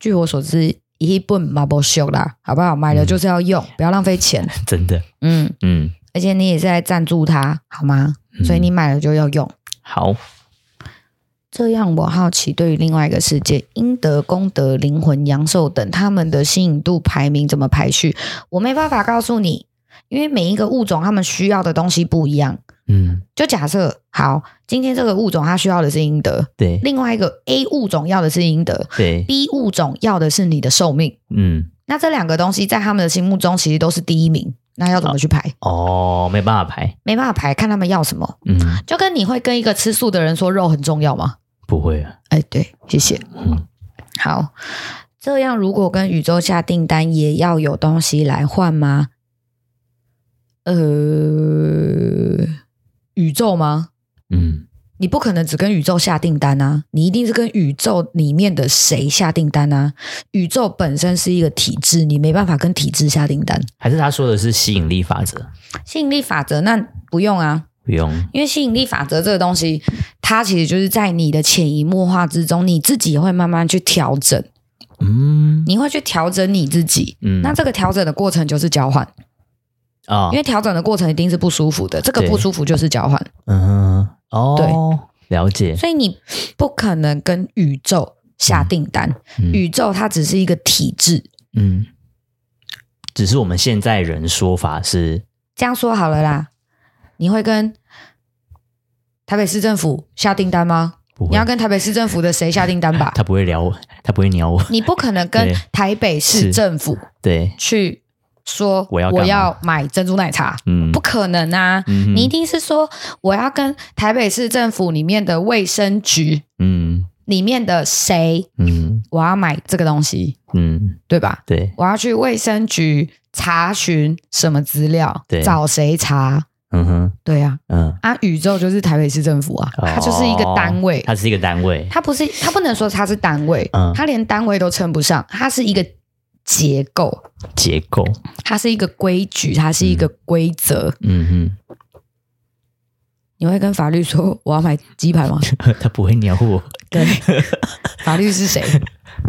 [SPEAKER 1] 据我所知，一本 Marble s h o 啦，好不好？买了
[SPEAKER 2] 嗯
[SPEAKER 1] 就是要用，不要浪费钱。
[SPEAKER 2] 真的，
[SPEAKER 1] 嗯，
[SPEAKER 2] 嗯，
[SPEAKER 1] 而且你也是在赞助它，好吗？
[SPEAKER 2] 嗯
[SPEAKER 1] 所以你买了就要用。
[SPEAKER 2] 好，
[SPEAKER 1] 这样我好奇，对于另外一个世界，阴德、功德、灵魂、阳寿等他们的吸引度排名怎么排序，我没办法告诉你，因为每一个物种他们需要的东西不一样。
[SPEAKER 2] 嗯，
[SPEAKER 1] 就假设好，今天这个物种它需要的是阴德，
[SPEAKER 2] 对，
[SPEAKER 1] 另外一个 A 物种要的是阴德
[SPEAKER 2] 对，
[SPEAKER 1] ，B 物种要的是你的寿命。
[SPEAKER 2] 嗯，
[SPEAKER 1] 那这两个东西在他们的心目中其实都是第一名，那要怎么去排？
[SPEAKER 2] 哦，没办法排，
[SPEAKER 1] 没办法排，看他们要什么。
[SPEAKER 2] 嗯，
[SPEAKER 1] 就跟你会跟一个吃素的人说肉很重要吗？
[SPEAKER 2] 不会啊，
[SPEAKER 1] 哎，对，谢谢。
[SPEAKER 2] 嗯
[SPEAKER 1] 好，这样如果跟宇宙下订单，也要有东西来换吗？呃，宇宙吗？
[SPEAKER 2] 嗯，
[SPEAKER 1] 你不可能只跟宇宙下订单啊，你一定是跟宇宙里面的谁下订单啊？宇宙本身是一个体制，你没办法跟体制下订单。
[SPEAKER 2] 还是他说的是吸引力法则，
[SPEAKER 1] 吸引力法则那不用啊，
[SPEAKER 2] 不用，
[SPEAKER 1] 因为吸引力法则这个东西，它其实就是在你的潜移默化之中，你自己会慢慢去调整，
[SPEAKER 2] 嗯
[SPEAKER 1] 你会去调整你自己。
[SPEAKER 2] 嗯，
[SPEAKER 1] 那这个调整的过程就是交换，
[SPEAKER 2] 啊，
[SPEAKER 1] 因为调整的过程一定是不舒服的，这个
[SPEAKER 2] 对
[SPEAKER 1] 不舒服就是交换，
[SPEAKER 2] 嗯哼哦，了解，
[SPEAKER 1] 所以你不可能跟宇宙下订单，
[SPEAKER 2] 嗯
[SPEAKER 1] 宇宙它只是一个体制，
[SPEAKER 2] 嗯，只是我们现在人说法是
[SPEAKER 1] 这样说好了啦，你会跟台北市政府下订单吗？
[SPEAKER 2] 不
[SPEAKER 1] 你
[SPEAKER 2] 会
[SPEAKER 1] 要，跟台北市政府的谁下订 单吧？
[SPEAKER 2] 他不会聊我，他不会鸟我。
[SPEAKER 1] 你不可能跟
[SPEAKER 2] 对
[SPEAKER 1] 台北市
[SPEAKER 2] 是
[SPEAKER 1] 政府
[SPEAKER 2] 对，
[SPEAKER 1] 去说
[SPEAKER 2] 我要干嘛
[SPEAKER 1] 我要买珍珠奶茶，
[SPEAKER 2] 嗯
[SPEAKER 1] 不，可能啊！
[SPEAKER 2] 嗯哼
[SPEAKER 1] 你一定是说我要跟台北市政府里面的卫生局
[SPEAKER 2] 嗯
[SPEAKER 1] 里面的谁，
[SPEAKER 2] 嗯
[SPEAKER 1] 我要买这个东西，
[SPEAKER 2] 嗯，
[SPEAKER 1] 对吧？
[SPEAKER 2] 对，
[SPEAKER 1] 我要去卫生局查询什么资料，
[SPEAKER 2] 对
[SPEAKER 1] 找谁查？
[SPEAKER 2] 嗯哼，
[SPEAKER 1] 对啊，
[SPEAKER 2] 嗯，
[SPEAKER 1] 啊，宇宙就是台北市政府啊，它就是一个单位
[SPEAKER 2] 哦，它是一个单位，
[SPEAKER 1] 它不是，它不能说它是单位，
[SPEAKER 2] 嗯
[SPEAKER 1] 它连单位都称不上，它是一个结构，
[SPEAKER 2] 结构，
[SPEAKER 1] 它是一个规矩，它是一个规则。
[SPEAKER 2] 嗯
[SPEAKER 1] 你会跟法律说我要买鸡排 吗？
[SPEAKER 2] 哼，他不会鸟我，
[SPEAKER 1] 对，法律是谁？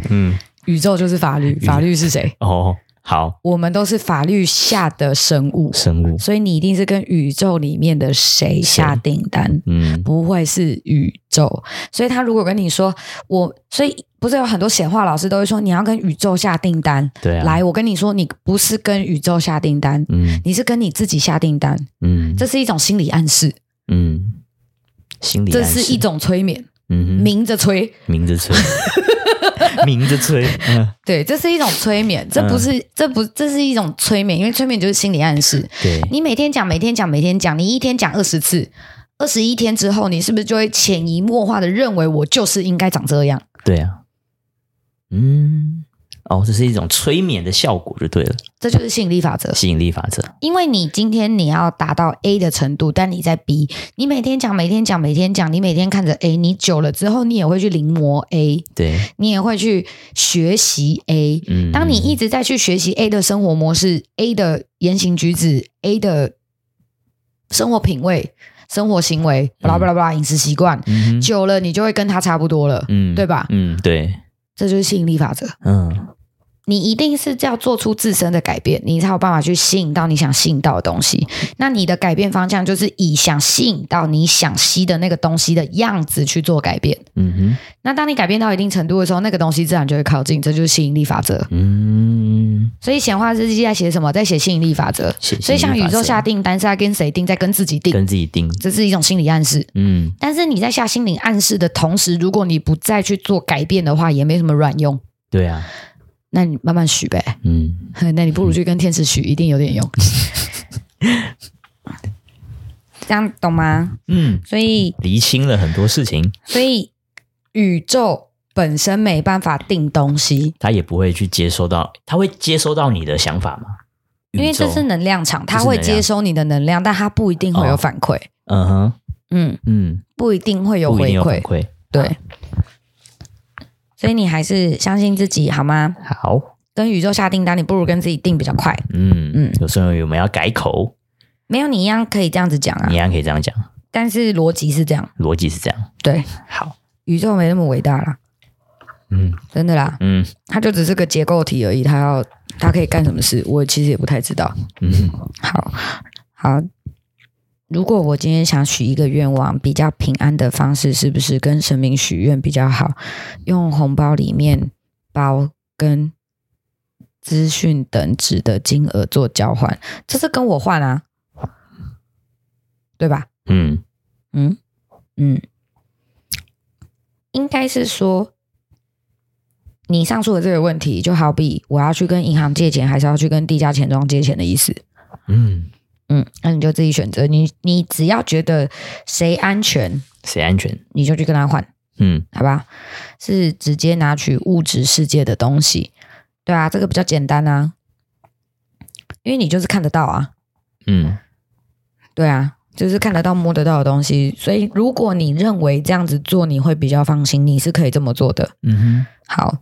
[SPEAKER 2] 嗯，
[SPEAKER 1] 宇宙就是法律，法律是谁？
[SPEAKER 2] 哦，好，
[SPEAKER 1] 我们都是法律下的生物，
[SPEAKER 2] 生物，
[SPEAKER 1] 所以你一定是跟宇宙里面的谁下订单，
[SPEAKER 2] 嗯
[SPEAKER 1] 不会是宇宙。所以他如果跟你说我，所以不是有很多显化老师都会说你要跟宇宙下订单。
[SPEAKER 2] 对啊，
[SPEAKER 1] 来，我跟你说，你不是跟宇宙下订单，
[SPEAKER 2] 嗯
[SPEAKER 1] 你是跟你自己下订单，
[SPEAKER 2] 嗯，
[SPEAKER 1] 这是一种心理暗示，
[SPEAKER 2] 嗯，心理
[SPEAKER 1] 这
[SPEAKER 2] 暗示
[SPEAKER 1] 是一种催眠，
[SPEAKER 2] 嗯哼，
[SPEAKER 1] 明着催。
[SPEAKER 2] 明 着吹，明着吹，嗯，
[SPEAKER 1] 对，这是一种催眠，这不是，这不，这是一种催眠，因为催眠就是心理暗示。
[SPEAKER 2] 对，
[SPEAKER 1] 你每天讲，每天讲，每天讲，你一天讲二十次，二十一天之后，你是不是就会潜移默化的认为我就是应该长这样？
[SPEAKER 2] 对啊，嗯，哦，这是一种催眠的效果就对了，
[SPEAKER 1] 这就是吸引力法则。
[SPEAKER 2] 吸引力法则，
[SPEAKER 1] 因为你今天你要达到 A 的程度，但你在 B，你每天讲，每天讲，每天讲，你每天看着 A，你久了之后，你也会去临摹 A，
[SPEAKER 2] 对，
[SPEAKER 1] 你也会去学习 A。
[SPEAKER 2] 嗯，
[SPEAKER 1] 当你一直在去学习 A 的生活模式、A 的言行举止、A 的生活品味、生活行为，巴拉巴拉巴拉饮食习惯，
[SPEAKER 2] 嗯嗯哼
[SPEAKER 1] 久了你就会跟他差不多了，
[SPEAKER 2] 嗯
[SPEAKER 1] 对吧
[SPEAKER 2] 嗯，对，
[SPEAKER 1] 这就是吸引力法则。
[SPEAKER 2] 嗯
[SPEAKER 1] 你一定是要做出自身的改变，你才有办法去吸引到你想吸引到的东西。那你的改变方向就是以想吸引到你想吸的那个东西的样子去做改变。
[SPEAKER 2] 嗯哼，
[SPEAKER 1] 那当你改变到一定程度的时候，那个东西自然就会靠近，这就是吸引力法则。
[SPEAKER 2] 嗯，
[SPEAKER 1] 所以显化日记在写什么？在写吸引力法则。
[SPEAKER 2] 写
[SPEAKER 1] 所以
[SPEAKER 2] 吸引
[SPEAKER 1] 像
[SPEAKER 2] 力
[SPEAKER 1] 宇
[SPEAKER 2] 法
[SPEAKER 1] 宙
[SPEAKER 2] 则
[SPEAKER 1] 下订单是在跟谁订，在跟自己订，
[SPEAKER 2] 跟自己定，
[SPEAKER 1] 这是一种心理暗示。
[SPEAKER 2] 嗯，
[SPEAKER 1] 但是你在下心理暗示的同时，如果你不再去做改变的话，也没什么卵用。
[SPEAKER 2] 对啊，
[SPEAKER 1] 那你慢慢许呗，
[SPEAKER 2] 嗯，
[SPEAKER 1] 那你不如去跟天使许，一定有点用。 这样懂吗？
[SPEAKER 2] 嗯，
[SPEAKER 1] 所以，
[SPEAKER 2] 厘清了很多事情，
[SPEAKER 1] 所以宇宙本身没办法定东西，
[SPEAKER 2] 他也不会去接收到，他会接收到你的想法吗？
[SPEAKER 1] 因为
[SPEAKER 2] 宇宙
[SPEAKER 1] 这是，能量场，它
[SPEAKER 2] 这是能
[SPEAKER 1] 会
[SPEAKER 2] 量
[SPEAKER 1] 接收你的能量，但它不一定会有
[SPEAKER 2] 哦
[SPEAKER 1] 反馈。
[SPEAKER 2] 嗯哼，
[SPEAKER 1] 嗯，
[SPEAKER 2] 嗯，
[SPEAKER 1] 不一定会有
[SPEAKER 2] 不一
[SPEAKER 1] 回
[SPEAKER 2] 定有反
[SPEAKER 1] 馈。
[SPEAKER 2] 馈，
[SPEAKER 1] 对，所以你还是相信自己好吗？
[SPEAKER 2] 好，
[SPEAKER 1] 跟宇宙下订单，你不如跟自己定比较快。
[SPEAKER 2] 嗯
[SPEAKER 1] 嗯
[SPEAKER 2] 嗯，有时候我们要改口，
[SPEAKER 1] 没有你一样可以这样子讲啊
[SPEAKER 2] 你，一样可以这样讲，
[SPEAKER 1] 但是逻辑是这样，
[SPEAKER 2] 逻辑是这样。
[SPEAKER 1] 对，
[SPEAKER 2] 好，
[SPEAKER 1] 宇宙没那么伟大啦，
[SPEAKER 2] 嗯
[SPEAKER 1] 真的啦，
[SPEAKER 2] 嗯
[SPEAKER 1] 它就只是个结构体而已，它要它可以干什么事，我其实也不太知道。
[SPEAKER 2] 嗯
[SPEAKER 1] 好，好。如果我今天想许一个愿望，比较平安的方式是不是跟神明许愿比较好？用红包里面包跟资讯等值的金额做交换，这是跟我换啊，对吧？
[SPEAKER 2] 嗯
[SPEAKER 1] 嗯嗯，应该是说，你上述的这个问题，就好比我要去跟银行借钱，还是要去跟地下钱庄借钱的意思。
[SPEAKER 2] 嗯，
[SPEAKER 1] 嗯，那你就自己选择，你你只要觉得谁安全，
[SPEAKER 2] 谁安全？
[SPEAKER 1] 你就去跟他换，
[SPEAKER 2] 嗯
[SPEAKER 1] 好吧？是直接拿取物质世界的东西，对啊，这个比较简单啊，因为你就是看得到啊，
[SPEAKER 2] 嗯
[SPEAKER 1] 对啊，就是看得到、摸得到的东西。所以，如果你认为这样子做你会比较放心，你是可以这么做的。
[SPEAKER 2] 嗯
[SPEAKER 1] 好，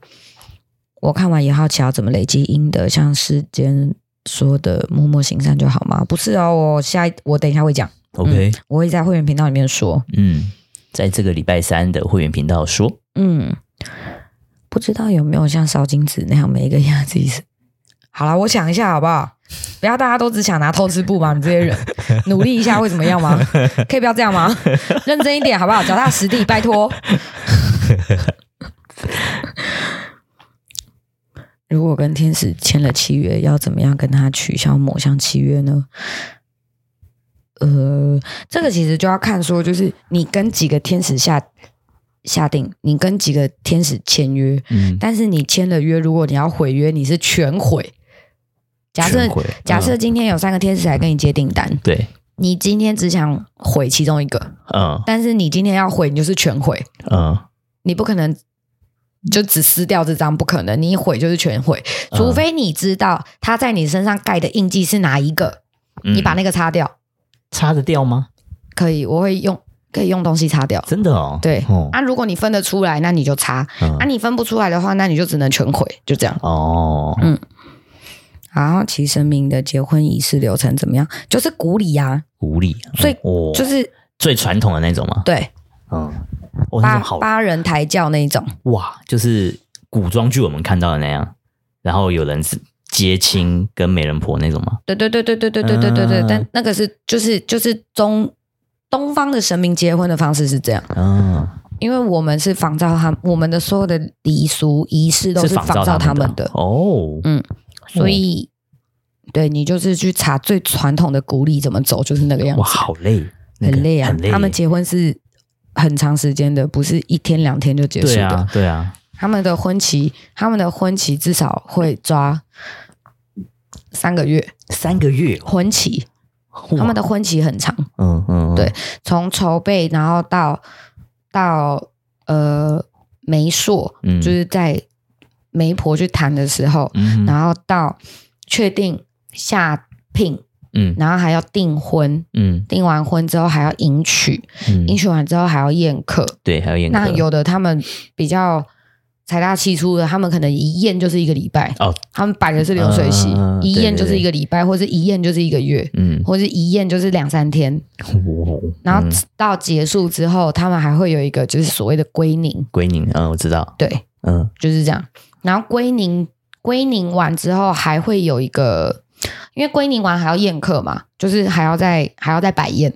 [SPEAKER 1] 我看完也好奇要怎么累积阴德，像世间说的默默行善就好吗？不是哦，我下一我等一下会讲，
[SPEAKER 2] 哼，OK，
[SPEAKER 1] 我会在会员频道里面说。
[SPEAKER 2] 嗯，在这个礼拜三的会员频道说，
[SPEAKER 1] 嗯，不知道有没有像烧金子那样每一个鸭子意思。好了，我想一下好不好？不要大家都只想拿透支布嘛，你们这些人努力一下会怎么样吗？可以不要这样吗？认真一点好不好？脚踏实地，拜托。如果跟天使签了契约，要怎么样跟他取消某项契约呢？呃，这个其实就要看说，就是你跟几个天使下下定，你跟几个天使签约，
[SPEAKER 2] 嗯，
[SPEAKER 1] 但是你签了约，如果你要毁约，你是全毁。假设
[SPEAKER 2] 全毁
[SPEAKER 1] 假设
[SPEAKER 2] 嗯
[SPEAKER 1] 今天有三个天使来跟你接订单，
[SPEAKER 2] 对，
[SPEAKER 1] 你今天只想毁其中一个，
[SPEAKER 2] 嗯
[SPEAKER 1] 但是你今天要毁，你就是全毁，
[SPEAKER 2] 嗯，
[SPEAKER 1] 你不可能就只撕掉这张，不可能，你一毁就是全毁，
[SPEAKER 2] 嗯
[SPEAKER 1] 除非你知道他在你身上盖的印记是哪一个，你把
[SPEAKER 2] 那
[SPEAKER 1] 那个擦掉，
[SPEAKER 2] 擦得掉吗？
[SPEAKER 1] 可以，我会用可以用东西擦掉。
[SPEAKER 2] 真的哦，
[SPEAKER 1] 对，
[SPEAKER 2] 哦，
[SPEAKER 1] 啊，如果你分得出来，那你就擦；
[SPEAKER 2] 嗯
[SPEAKER 1] 啊，你分不出来的话，那你就只能全毁，就这样。
[SPEAKER 2] 哦，
[SPEAKER 1] 好，其神明的结婚仪式流程怎么样？就是古礼啊，
[SPEAKER 2] 无理，
[SPEAKER 1] 所以
[SPEAKER 2] 哦，
[SPEAKER 1] 就是
[SPEAKER 2] 最传统的那种吗？
[SPEAKER 1] 对
[SPEAKER 2] 嗯，哦，那
[SPEAKER 1] 八
[SPEAKER 2] 种好
[SPEAKER 1] 八人抬轿那一种，
[SPEAKER 2] 哇，就是古装剧我们看到的那样，然后有人是接亲跟媒人婆那种吗？
[SPEAKER 1] 对对对对对对对对对对，
[SPEAKER 2] 嗯
[SPEAKER 1] 但那个是就是就是中东方的神明结婚的方式是这样，
[SPEAKER 2] 嗯，
[SPEAKER 1] 因为我们是仿照他我们的所有的礼俗仪式都
[SPEAKER 2] 仿
[SPEAKER 1] 仿照
[SPEAKER 2] 他
[SPEAKER 1] 们
[SPEAKER 2] 的哦，
[SPEAKER 1] 嗯所以。对你就是去查最传统的古礼怎么走，就是那个样子
[SPEAKER 2] 哇，，好累，那个
[SPEAKER 1] 很累啊！
[SPEAKER 2] 很累，
[SPEAKER 1] 他们结婚是很长时间的，不是一天两天就结束
[SPEAKER 2] 对
[SPEAKER 1] 的。
[SPEAKER 2] 啊，对啊，
[SPEAKER 1] 他们的婚期，他们的婚期至少会抓三个月
[SPEAKER 2] 三个月，
[SPEAKER 1] 婚期，
[SPEAKER 2] 哇
[SPEAKER 1] 他们的婚期很长，
[SPEAKER 2] 嗯嗯，嗯
[SPEAKER 1] 对从筹备然后到到呃媒妁，
[SPEAKER 2] 嗯
[SPEAKER 1] 就是在媒婆去谈的时候，
[SPEAKER 2] 嗯
[SPEAKER 1] 然后到确定下聘，
[SPEAKER 2] 嗯
[SPEAKER 1] 然后还要订婚，
[SPEAKER 2] 嗯
[SPEAKER 1] 订完婚之后还要迎娶，迎
[SPEAKER 2] 嗯，
[SPEAKER 1] 娶完之后还要宴客，
[SPEAKER 2] 对，还有演
[SPEAKER 1] 那
[SPEAKER 2] 歌
[SPEAKER 1] 有的他们比较财大气粗的，他们可能一宴就是一个礼拜，
[SPEAKER 2] 哦，
[SPEAKER 1] 他们摆的是流水席，
[SPEAKER 2] 嗯
[SPEAKER 1] 一宴就是
[SPEAKER 2] 对对对
[SPEAKER 1] 一个礼拜，或是一宴就是一个月，
[SPEAKER 2] 嗯，
[SPEAKER 1] 或是一宴就是两三天。
[SPEAKER 2] 哦
[SPEAKER 1] 然后
[SPEAKER 2] 嗯
[SPEAKER 1] 到结束之后，他们还会有一个就是所谓的归宁，
[SPEAKER 2] 归宁，嗯，我知道，
[SPEAKER 1] 对，
[SPEAKER 2] 嗯
[SPEAKER 1] 就是这样。然后归宁归宁完之后，还会有一个，因为归宁完还要宴客嘛，就是还要再还要再摆宴。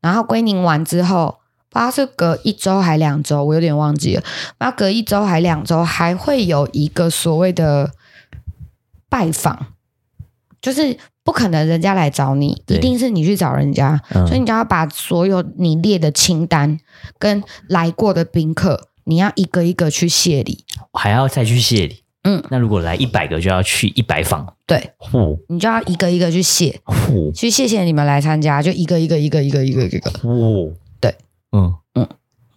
[SPEAKER 1] 然后归宁完之后，不知道是隔一周还两周，我有点忘记了。然后隔一周还两周，还会有一个所谓的拜访，就是不可能人家来找你，
[SPEAKER 2] 对
[SPEAKER 1] 一定是你去找人家，
[SPEAKER 2] 嗯
[SPEAKER 1] 所以你就要把所有你列的清单跟来过的宾客，你要一个一个去谢礼。
[SPEAKER 2] 还要再去谢礼，
[SPEAKER 1] 嗯，
[SPEAKER 2] 那如果来一百个就要去一百访，
[SPEAKER 1] 对
[SPEAKER 2] 嚯
[SPEAKER 1] 你就要一个一个去谢，
[SPEAKER 2] 嚯
[SPEAKER 1] 去谢谢你们来参加，就一个一个一个一个一个一个，
[SPEAKER 2] 嚯，
[SPEAKER 1] 对，
[SPEAKER 2] 嗯，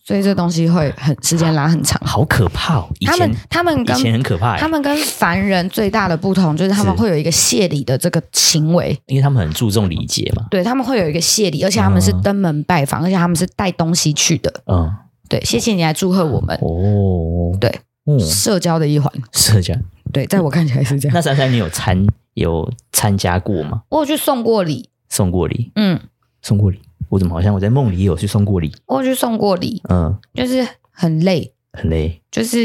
[SPEAKER 1] 所以这东西会很时间拉很长。
[SPEAKER 2] 好可怕哦，以
[SPEAKER 1] 他
[SPEAKER 2] 前
[SPEAKER 1] 们他们
[SPEAKER 2] 以前
[SPEAKER 1] 跟
[SPEAKER 2] 很可怕欸，
[SPEAKER 1] 他们跟凡人最大的不同就是他们
[SPEAKER 2] 是
[SPEAKER 1] 会有一个谢礼的这个行为，
[SPEAKER 2] 因为他们很注重礼节嘛，
[SPEAKER 1] 对他们会有一个谢礼，而且他们是
[SPEAKER 2] 嗯
[SPEAKER 1] 登门拜访，而且他们是带东西去的。
[SPEAKER 2] 嗯，
[SPEAKER 1] 对，谢谢你来祝贺我们，
[SPEAKER 2] 哦，
[SPEAKER 1] 对，
[SPEAKER 2] 嗯，
[SPEAKER 1] 社交的一环。
[SPEAKER 2] 是这样。
[SPEAKER 1] 对，在我看起来是这样。
[SPEAKER 2] 那珊珊，你有参有参加过吗？
[SPEAKER 1] 我有去送过礼，
[SPEAKER 2] 送过礼，
[SPEAKER 1] 嗯，
[SPEAKER 2] 送过礼，我怎么好像我在梦里有去送过礼？
[SPEAKER 1] 我有去送过礼，
[SPEAKER 2] 嗯，
[SPEAKER 1] 就是很累，
[SPEAKER 2] 很累，
[SPEAKER 1] 就是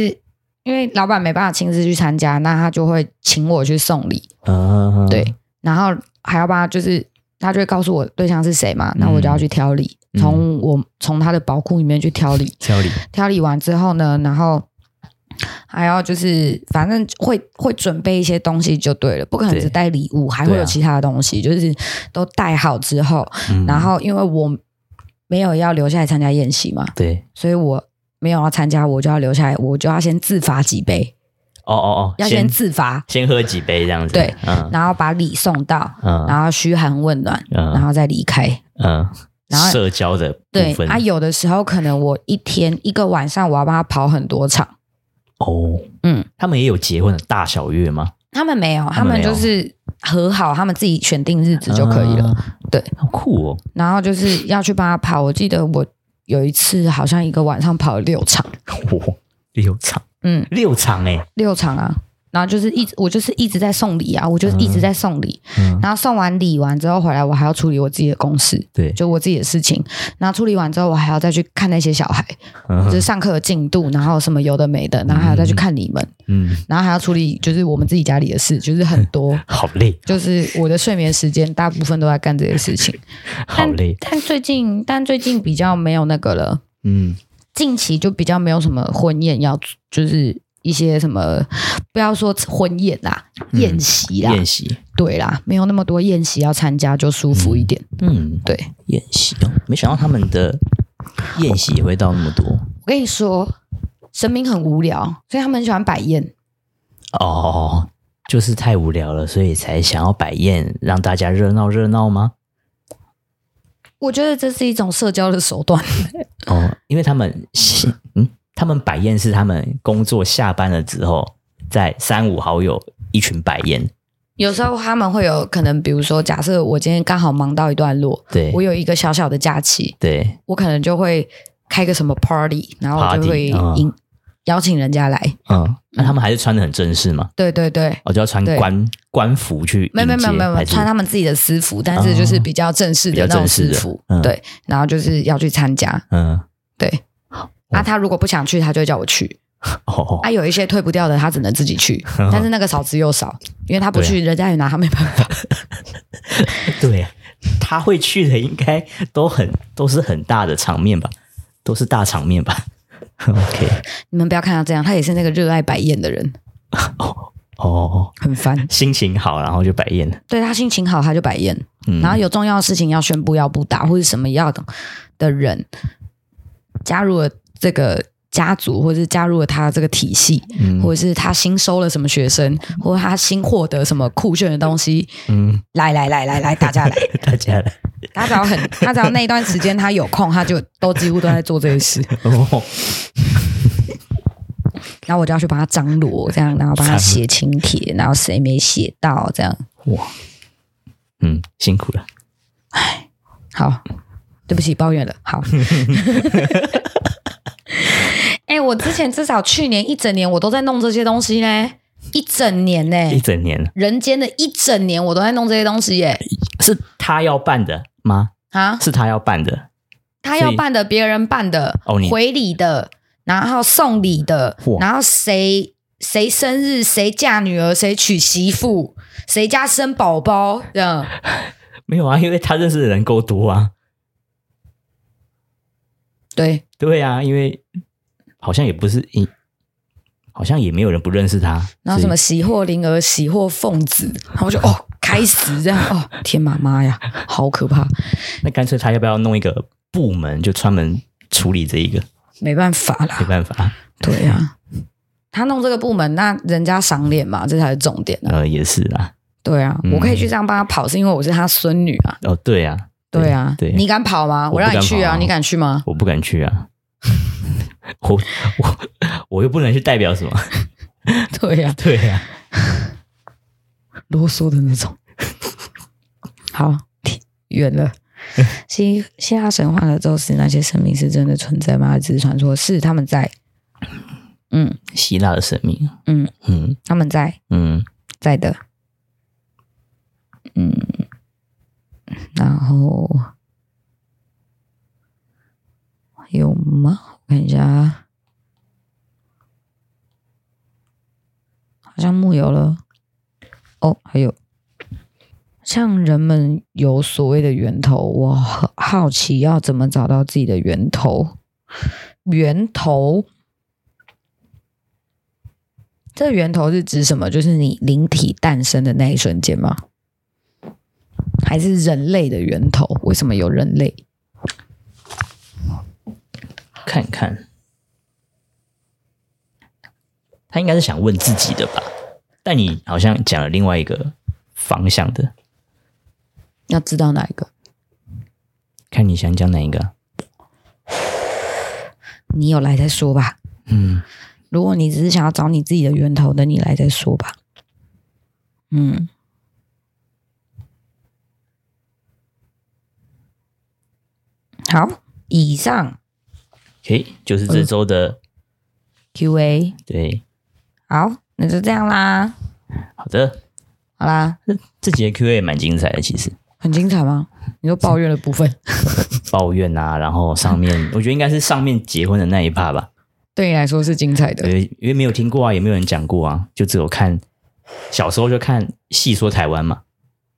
[SPEAKER 1] 因为老板没办法亲自去参加，那他就会请我去送礼，
[SPEAKER 2] 嗯，
[SPEAKER 1] 对，，然后还要帮他，就是他就会告诉我对象是谁嘛，那我就要去挑礼，
[SPEAKER 2] 嗯
[SPEAKER 1] 从我从他的宝库里面去挑礼，
[SPEAKER 2] 挑礼，
[SPEAKER 1] 挑礼完之后呢，然后还要就是反正会会准备一些东西就对了，不可能
[SPEAKER 2] 对
[SPEAKER 1] 只带礼物，还会
[SPEAKER 2] 对啊
[SPEAKER 1] 有其他的东西，就是都带好之后，
[SPEAKER 2] 嗯
[SPEAKER 1] 然后因为我没有要留下来参加宴席嘛，
[SPEAKER 2] 对，
[SPEAKER 1] 所以我没有要参加，我就要留下来，我就要先自罚几杯，
[SPEAKER 2] 哦哦哦，
[SPEAKER 1] 要先自罚，
[SPEAKER 2] 先喝几杯这样子，
[SPEAKER 1] 对
[SPEAKER 2] 嗯
[SPEAKER 1] 然后把礼送到，
[SPEAKER 2] 嗯
[SPEAKER 1] 然后嘘寒问暖，然
[SPEAKER 2] 嗯
[SPEAKER 1] 后再离开。
[SPEAKER 2] 嗯，
[SPEAKER 1] 然后
[SPEAKER 2] 社交的部
[SPEAKER 1] 对
[SPEAKER 2] 分，
[SPEAKER 1] 啊，有的时候可能我一天一个晚上我要帮他跑很多场，
[SPEAKER 2] 哦，
[SPEAKER 1] 嗯，
[SPEAKER 2] 他们也有结婚的大小月吗？
[SPEAKER 1] 他们没有，他
[SPEAKER 2] 他们
[SPEAKER 1] 们
[SPEAKER 2] 没有
[SPEAKER 1] 就是和好，他们自己选定日子就可以了。
[SPEAKER 2] 啊
[SPEAKER 1] 对，
[SPEAKER 2] 好酷哦，
[SPEAKER 1] 然后就是要去帮他跑，我记得我有一次好像一个晚上跑了六场，
[SPEAKER 2] 嚯六场
[SPEAKER 1] 嗯，
[SPEAKER 2] 六场哎，
[SPEAKER 1] 六场啊。然后就是一直我就是一直在送礼啊，我就是一直在送礼。
[SPEAKER 2] 嗯，
[SPEAKER 1] 然后送完礼完之后回来，我还要处理我自己的公事，
[SPEAKER 2] 对，
[SPEAKER 1] 就我自己的事情。然后处理完之后，我还要再去看那些小孩，就
[SPEAKER 2] 嗯
[SPEAKER 1] 是上课的进度，然后什么有的没的，然后还要再去看你们，
[SPEAKER 2] 嗯，
[SPEAKER 1] 然后还要处理就是我们自己家里的事，就是很多。
[SPEAKER 2] 好累，
[SPEAKER 1] 就是我的睡眠时间大部分都在干这些事情，
[SPEAKER 2] 好累，
[SPEAKER 1] 但最近但最近比较没有那个了，
[SPEAKER 2] 嗯，
[SPEAKER 1] 近期就比较没有什么婚宴要就是一些什么，不要说婚宴啦、
[SPEAKER 2] 嗯
[SPEAKER 1] 宴席啦，
[SPEAKER 2] 宴席，
[SPEAKER 1] 对啦，没有那么多宴席要参加，就舒服一点。
[SPEAKER 2] 嗯，
[SPEAKER 1] 对
[SPEAKER 2] 宴席哦，没想到他们的宴席也会到那么多
[SPEAKER 1] 我跟你说，神明很无聊，所以他们很喜欢摆宴。
[SPEAKER 2] 哦，就是太无聊了，所以才想要摆宴，让大家热闹热闹吗？
[SPEAKER 1] 我觉得这是一种社交的手段。
[SPEAKER 2] 哦，因为他们是嗯，他们摆宴是他们工作下班了之后，在三五好友一群摆宴，
[SPEAKER 1] 有时候他们会有可能，比如说，假设我今天刚好忙到一段落，
[SPEAKER 2] 对
[SPEAKER 1] 我有一个小小的假期，
[SPEAKER 2] 对，
[SPEAKER 1] 我可能就会开个什么 party，然后我就
[SPEAKER 2] Party，
[SPEAKER 1] 会
[SPEAKER 2] 嗯
[SPEAKER 1] 引、邀请人家来。
[SPEAKER 2] 嗯，那他们还是穿的很正式嘛，
[SPEAKER 1] 对对对，
[SPEAKER 2] 我就要穿
[SPEAKER 1] 对
[SPEAKER 2] 官官服去迎接，
[SPEAKER 1] 没有没有没有没有
[SPEAKER 2] 还是啊
[SPEAKER 1] 穿他们自己的私服，但是就是比较正式
[SPEAKER 2] 比较
[SPEAKER 1] 的那种
[SPEAKER 2] 正式
[SPEAKER 1] 私
[SPEAKER 2] 的
[SPEAKER 1] 服，
[SPEAKER 2] 嗯
[SPEAKER 1] 对，然后就是要去参加，
[SPEAKER 2] 嗯，
[SPEAKER 1] 对。啊，他如果不想去，他就会叫我去。
[SPEAKER 2] 哦，
[SPEAKER 1] 啊，有一些退不掉的，他只能自己 去，但是那个少之又少，因为他不
[SPEAKER 2] 啊
[SPEAKER 1] 去，人家也拿他没办法。
[SPEAKER 2] 对，啊他会去的应该都很都是很大的场面吧，都是大场面吧。OK，
[SPEAKER 1] 你们不要看他这样，他也是那个热爱摆宴的人，
[SPEAKER 2] 哦，
[SPEAKER 1] 很烦。
[SPEAKER 2] 心情好，然后就摆宴了。
[SPEAKER 1] 对他心情好，他就摆宴，
[SPEAKER 2] 嗯，
[SPEAKER 1] 然后有重要的事情要宣布要布达或者什么要的的人，加入了这个家族，或者是加入了他这个体系，
[SPEAKER 2] 嗯
[SPEAKER 1] 或者是他新收了什么学生，或者他新获得什么酷炫的东西，
[SPEAKER 2] 嗯，
[SPEAKER 1] 来来来来来，大 家来，
[SPEAKER 2] 大家来。
[SPEAKER 1] 他只要很，他只要那一段时间他有空，他就都几乎都在做这些事，
[SPEAKER 2] 哦，
[SPEAKER 1] 然后我就要去帮他张
[SPEAKER 2] 嗯
[SPEAKER 1] 罗，这样，然后帮他写请帖，然后谁没写到，这样，
[SPEAKER 2] 哇，嗯，辛苦了。
[SPEAKER 1] 好，对不起，抱怨了。 好，哎、我之前至少去年一整年我都在弄这些东西呢，一整年呢、
[SPEAKER 2] 一整年了
[SPEAKER 1] 人间的一整年我都在弄这些东西耶、
[SPEAKER 2] 是他要办的吗？
[SPEAKER 1] 啊，
[SPEAKER 2] 是他要办的，
[SPEAKER 1] 他要办的，别人办的，
[SPEAKER 2] 哦你
[SPEAKER 1] 回礼的，然后送礼的
[SPEAKER 2] 哇，
[SPEAKER 1] 然后谁谁生日，谁嫁女儿，谁娶媳妇，谁家生宝宝，这样
[SPEAKER 2] 没有啊，因为他认识的人够多啊。
[SPEAKER 1] 对。
[SPEAKER 2] 对啊，因为好像也不是一，好像也没有人不认识他。
[SPEAKER 1] 然后什么喜获麟儿，喜获凤子，然后我就哦，开始这样哦，天妈妈呀，好可怕！
[SPEAKER 2] 那干脆他要不要弄一个部门，就专门处理这一个？
[SPEAKER 1] 没办法
[SPEAKER 2] 没
[SPEAKER 1] 啦，
[SPEAKER 2] 办法，
[SPEAKER 1] 对啊，他弄这个部门，那人家赏脸嘛，这才是重点啊。
[SPEAKER 2] 呃，也是啦。
[SPEAKER 1] 对啊，
[SPEAKER 2] 嗯
[SPEAKER 1] 我可以去这样帮他跑，是因为我是他孙女啊。
[SPEAKER 2] 哦，对啊，
[SPEAKER 1] 对啊，
[SPEAKER 2] 对，
[SPEAKER 1] 你敢跑吗？
[SPEAKER 2] 我
[SPEAKER 1] 我让你
[SPEAKER 2] 不敢
[SPEAKER 1] 去
[SPEAKER 2] 跑
[SPEAKER 1] 啊，
[SPEAKER 2] 啊
[SPEAKER 1] 你敢去 吗？
[SPEAKER 2] 我不敢去啊，我我我又不能去代表什么？
[SPEAKER 1] 对呀、
[SPEAKER 2] 对啊，
[SPEAKER 1] 啰嗦的那种。好，远 了。希希腊神话的宙斯那些神明是真的存在吗？还只是传说？是他们在，嗯
[SPEAKER 2] 希腊的神明，
[SPEAKER 1] 嗯，
[SPEAKER 2] 嗯
[SPEAKER 1] 他们在，
[SPEAKER 2] 嗯，
[SPEAKER 1] 在的，嗯，然后有吗？我看一下，啊好像木有了。哦，还有，像人们有所谓的源头，我很好奇要怎么找到自己的源头。源头，这个源头是指什么？就是你灵体诞生的那一瞬间吗？还是人类的源头？为什么有人类？
[SPEAKER 2] 看看，他应该是想问自己的吧？但你好像讲了另外一个方向的，
[SPEAKER 1] 要知道哪一个？
[SPEAKER 2] 看你想讲哪一个啊？
[SPEAKER 1] 你有来再说吧。
[SPEAKER 2] 嗯，
[SPEAKER 1] 如果你只是想要找你自己的源头，等你来再说吧。嗯，好，以上
[SPEAKER 2] 诶，就是这周的，
[SPEAKER 1] Q&A，
[SPEAKER 2] 对，
[SPEAKER 1] 好，那就这样啦。
[SPEAKER 2] 好的，
[SPEAKER 1] 好啦，
[SPEAKER 2] 这节 Q&A 也蛮精彩的，其实。
[SPEAKER 1] 很精彩吗？你说抱怨的部分，
[SPEAKER 2] 抱怨啊，然后上 面，我觉得应该是上面结婚的那一趴吧，
[SPEAKER 1] 对你来说是精彩的。
[SPEAKER 2] 对，因为没有听过啊，也没有人讲过啊，就只有看小时候就看《戏说台湾》嘛，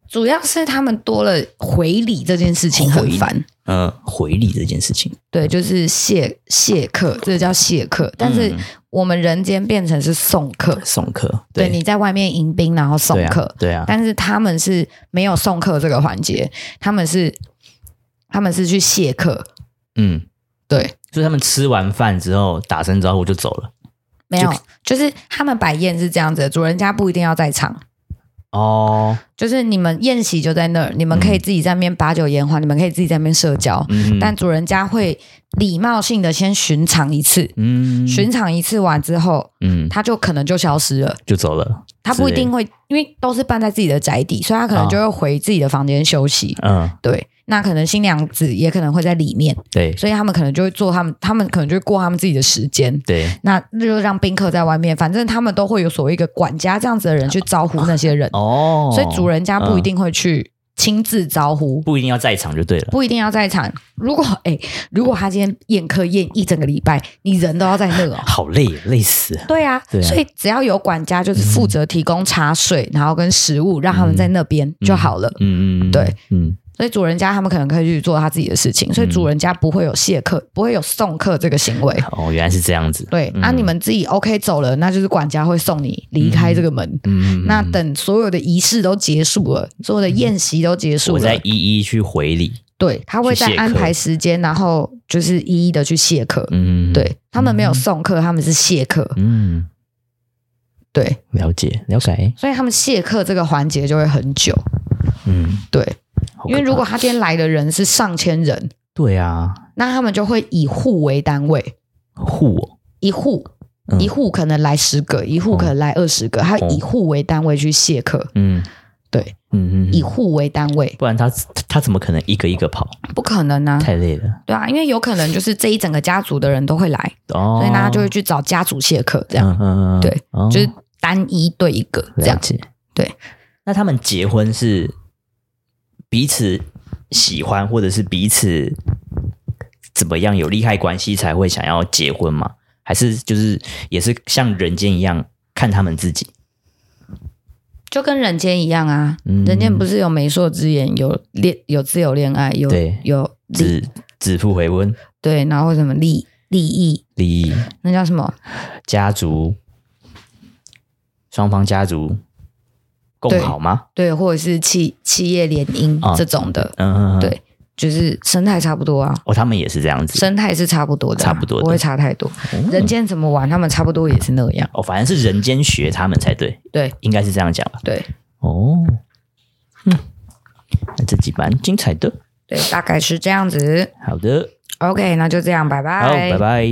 [SPEAKER 1] 主要是他们多了回礼这件事情
[SPEAKER 2] 哦
[SPEAKER 1] 很烦，
[SPEAKER 2] 嗯呃，回礼这件事情，嗯
[SPEAKER 1] 对，就是谢谢客，这个叫谢客。但是我们人间变成是送客，
[SPEAKER 2] 送客，
[SPEAKER 1] 对你在外面迎宾然后送
[SPEAKER 2] 对啊
[SPEAKER 1] 客，
[SPEAKER 2] 对啊，
[SPEAKER 1] 但是他们是没有送客这个环节，他们是他们是去谢客，
[SPEAKER 2] 嗯，
[SPEAKER 1] 对，
[SPEAKER 2] 所以他们吃完饭之后打声招呼就走了。
[SPEAKER 1] 没有，就是他们摆宴是这样子的，主人家不一定要在场。
[SPEAKER 2] 哦，
[SPEAKER 1] 就是你们宴席就在那儿，你们可以自己在那边把酒言欢，你们可以自己在那边社交，
[SPEAKER 2] 嗯，
[SPEAKER 1] 但主人家会礼貌性的先巡场一次，
[SPEAKER 2] 嗯，
[SPEAKER 1] 巡场一次完之后，
[SPEAKER 2] 嗯
[SPEAKER 1] 他就可能就消失了。
[SPEAKER 2] 就走了，
[SPEAKER 1] 他不一定会，因为都是办在自己的宅邸，所以他可能就会回自己的房间休息。
[SPEAKER 2] 啊嗯，
[SPEAKER 1] 对，那可能新娘子也可能会在里面，
[SPEAKER 2] 对
[SPEAKER 1] 所以他们可能就会做他们，他们可能就会过他们自己的时间。
[SPEAKER 2] 对，
[SPEAKER 1] 那就让宾客在外面，反正他们都会有所谓一个管家这样子的人去招呼那些人，
[SPEAKER 2] 哦，
[SPEAKER 1] 所以主人家不一定会去亲自招呼，
[SPEAKER 2] 不一定要在场就对了。
[SPEAKER 1] 不一定要在场。如果哎、如果他今天宴客宴一整个礼拜，你人都要在那哦，
[SPEAKER 2] 好累，累死了。
[SPEAKER 1] 对啊，
[SPEAKER 2] 对啊
[SPEAKER 1] 所以只要有管家，就是负责提供茶水，然后跟食物，让他们在那边就好了。
[SPEAKER 2] 嗯嗯，嗯
[SPEAKER 1] 对，
[SPEAKER 2] 嗯，
[SPEAKER 1] 所以主人家他们可能可以去做他自己的事情，所以主人家不会有谢客，不会有送客这个行为。
[SPEAKER 2] 哦，原来是这样子。
[SPEAKER 1] 对，
[SPEAKER 2] 嗯
[SPEAKER 1] 啊，你们自己 OK 走了，那就是管家会送你离开这个门。
[SPEAKER 2] 嗯，嗯，
[SPEAKER 1] 那
[SPEAKER 2] 嗯
[SPEAKER 1] 等所有的仪式都结束了，所有的宴席都结束
[SPEAKER 2] 我
[SPEAKER 1] 了
[SPEAKER 2] 再，一一去回礼。
[SPEAKER 1] 对他会再
[SPEAKER 2] 去谢客
[SPEAKER 1] 安排时间，然后就是一一的去谢客。
[SPEAKER 2] 嗯，，
[SPEAKER 1] 对他们没有送客，他们是谢客。
[SPEAKER 2] 嗯，
[SPEAKER 1] 对，
[SPEAKER 2] 了解了解。
[SPEAKER 1] 所以他们谢客这个环节就会很久。
[SPEAKER 2] 嗯，
[SPEAKER 1] 对，
[SPEAKER 2] 好可
[SPEAKER 1] 因为如
[SPEAKER 2] 怕
[SPEAKER 1] 果他今天来的人是上千人，
[SPEAKER 2] 对啊，
[SPEAKER 1] 那他们就会以户为单位，
[SPEAKER 2] 户哦
[SPEAKER 1] 一户
[SPEAKER 2] 嗯哦
[SPEAKER 1] 一户可能来十个，一户可能来二十个，他以户为单位去谢客，
[SPEAKER 2] 嗯
[SPEAKER 1] 对，
[SPEAKER 2] 嗯嗯
[SPEAKER 1] 以
[SPEAKER 2] 嗯，
[SPEAKER 1] 户为单位
[SPEAKER 2] 不然他他怎么可能一个一个跑？
[SPEAKER 1] 不可能啊，
[SPEAKER 2] 太累了。
[SPEAKER 1] 对啊，因为有可能就是这一整个家族的人都会来，
[SPEAKER 2] 哦，
[SPEAKER 1] 所以大家就会去找家族谢客，这样、
[SPEAKER 2] 嗯嗯嗯，
[SPEAKER 1] 对
[SPEAKER 2] 哦
[SPEAKER 1] 就是单一对一个这
[SPEAKER 2] 了
[SPEAKER 1] 样，
[SPEAKER 2] 解。
[SPEAKER 1] 对，
[SPEAKER 2] 那他们结婚是彼此喜欢，或者是彼此怎么样有利害关系才会想要结婚吗？还是就是也是像人间一样看他们自己？
[SPEAKER 1] 就跟人间一样啊。
[SPEAKER 2] 嗯
[SPEAKER 1] 人间不是有媒妁之言，有恋有自由恋爱，有
[SPEAKER 2] 对
[SPEAKER 1] 有利
[SPEAKER 2] 指指腹为婚，
[SPEAKER 1] 对，然后什么利利益，
[SPEAKER 2] 利益
[SPEAKER 1] 那叫什么？
[SPEAKER 2] 家族双方家族共
[SPEAKER 1] 对
[SPEAKER 2] 好吗？
[SPEAKER 1] 对，或者是企企业联姻
[SPEAKER 2] 啊
[SPEAKER 1] 这种的，
[SPEAKER 2] 嗯嗯，嗯
[SPEAKER 1] 对就是生态差不多啊，
[SPEAKER 2] 哦，他们也是这样子。
[SPEAKER 1] 生态是差不多的啊、
[SPEAKER 2] 差不多的
[SPEAKER 1] 不会差太多。
[SPEAKER 2] 嗯
[SPEAKER 1] 人间怎么玩，他们差不多也是那样。
[SPEAKER 2] 哦，反正是人间学他们才对，
[SPEAKER 1] 对
[SPEAKER 2] 应该是这样讲吧。
[SPEAKER 1] 对
[SPEAKER 2] 哦，嗯，那这集蛮精彩的。
[SPEAKER 1] 对，大概是这样子。
[SPEAKER 2] 好的，
[SPEAKER 1] OK，那就这样，拜
[SPEAKER 2] 好，拜拜。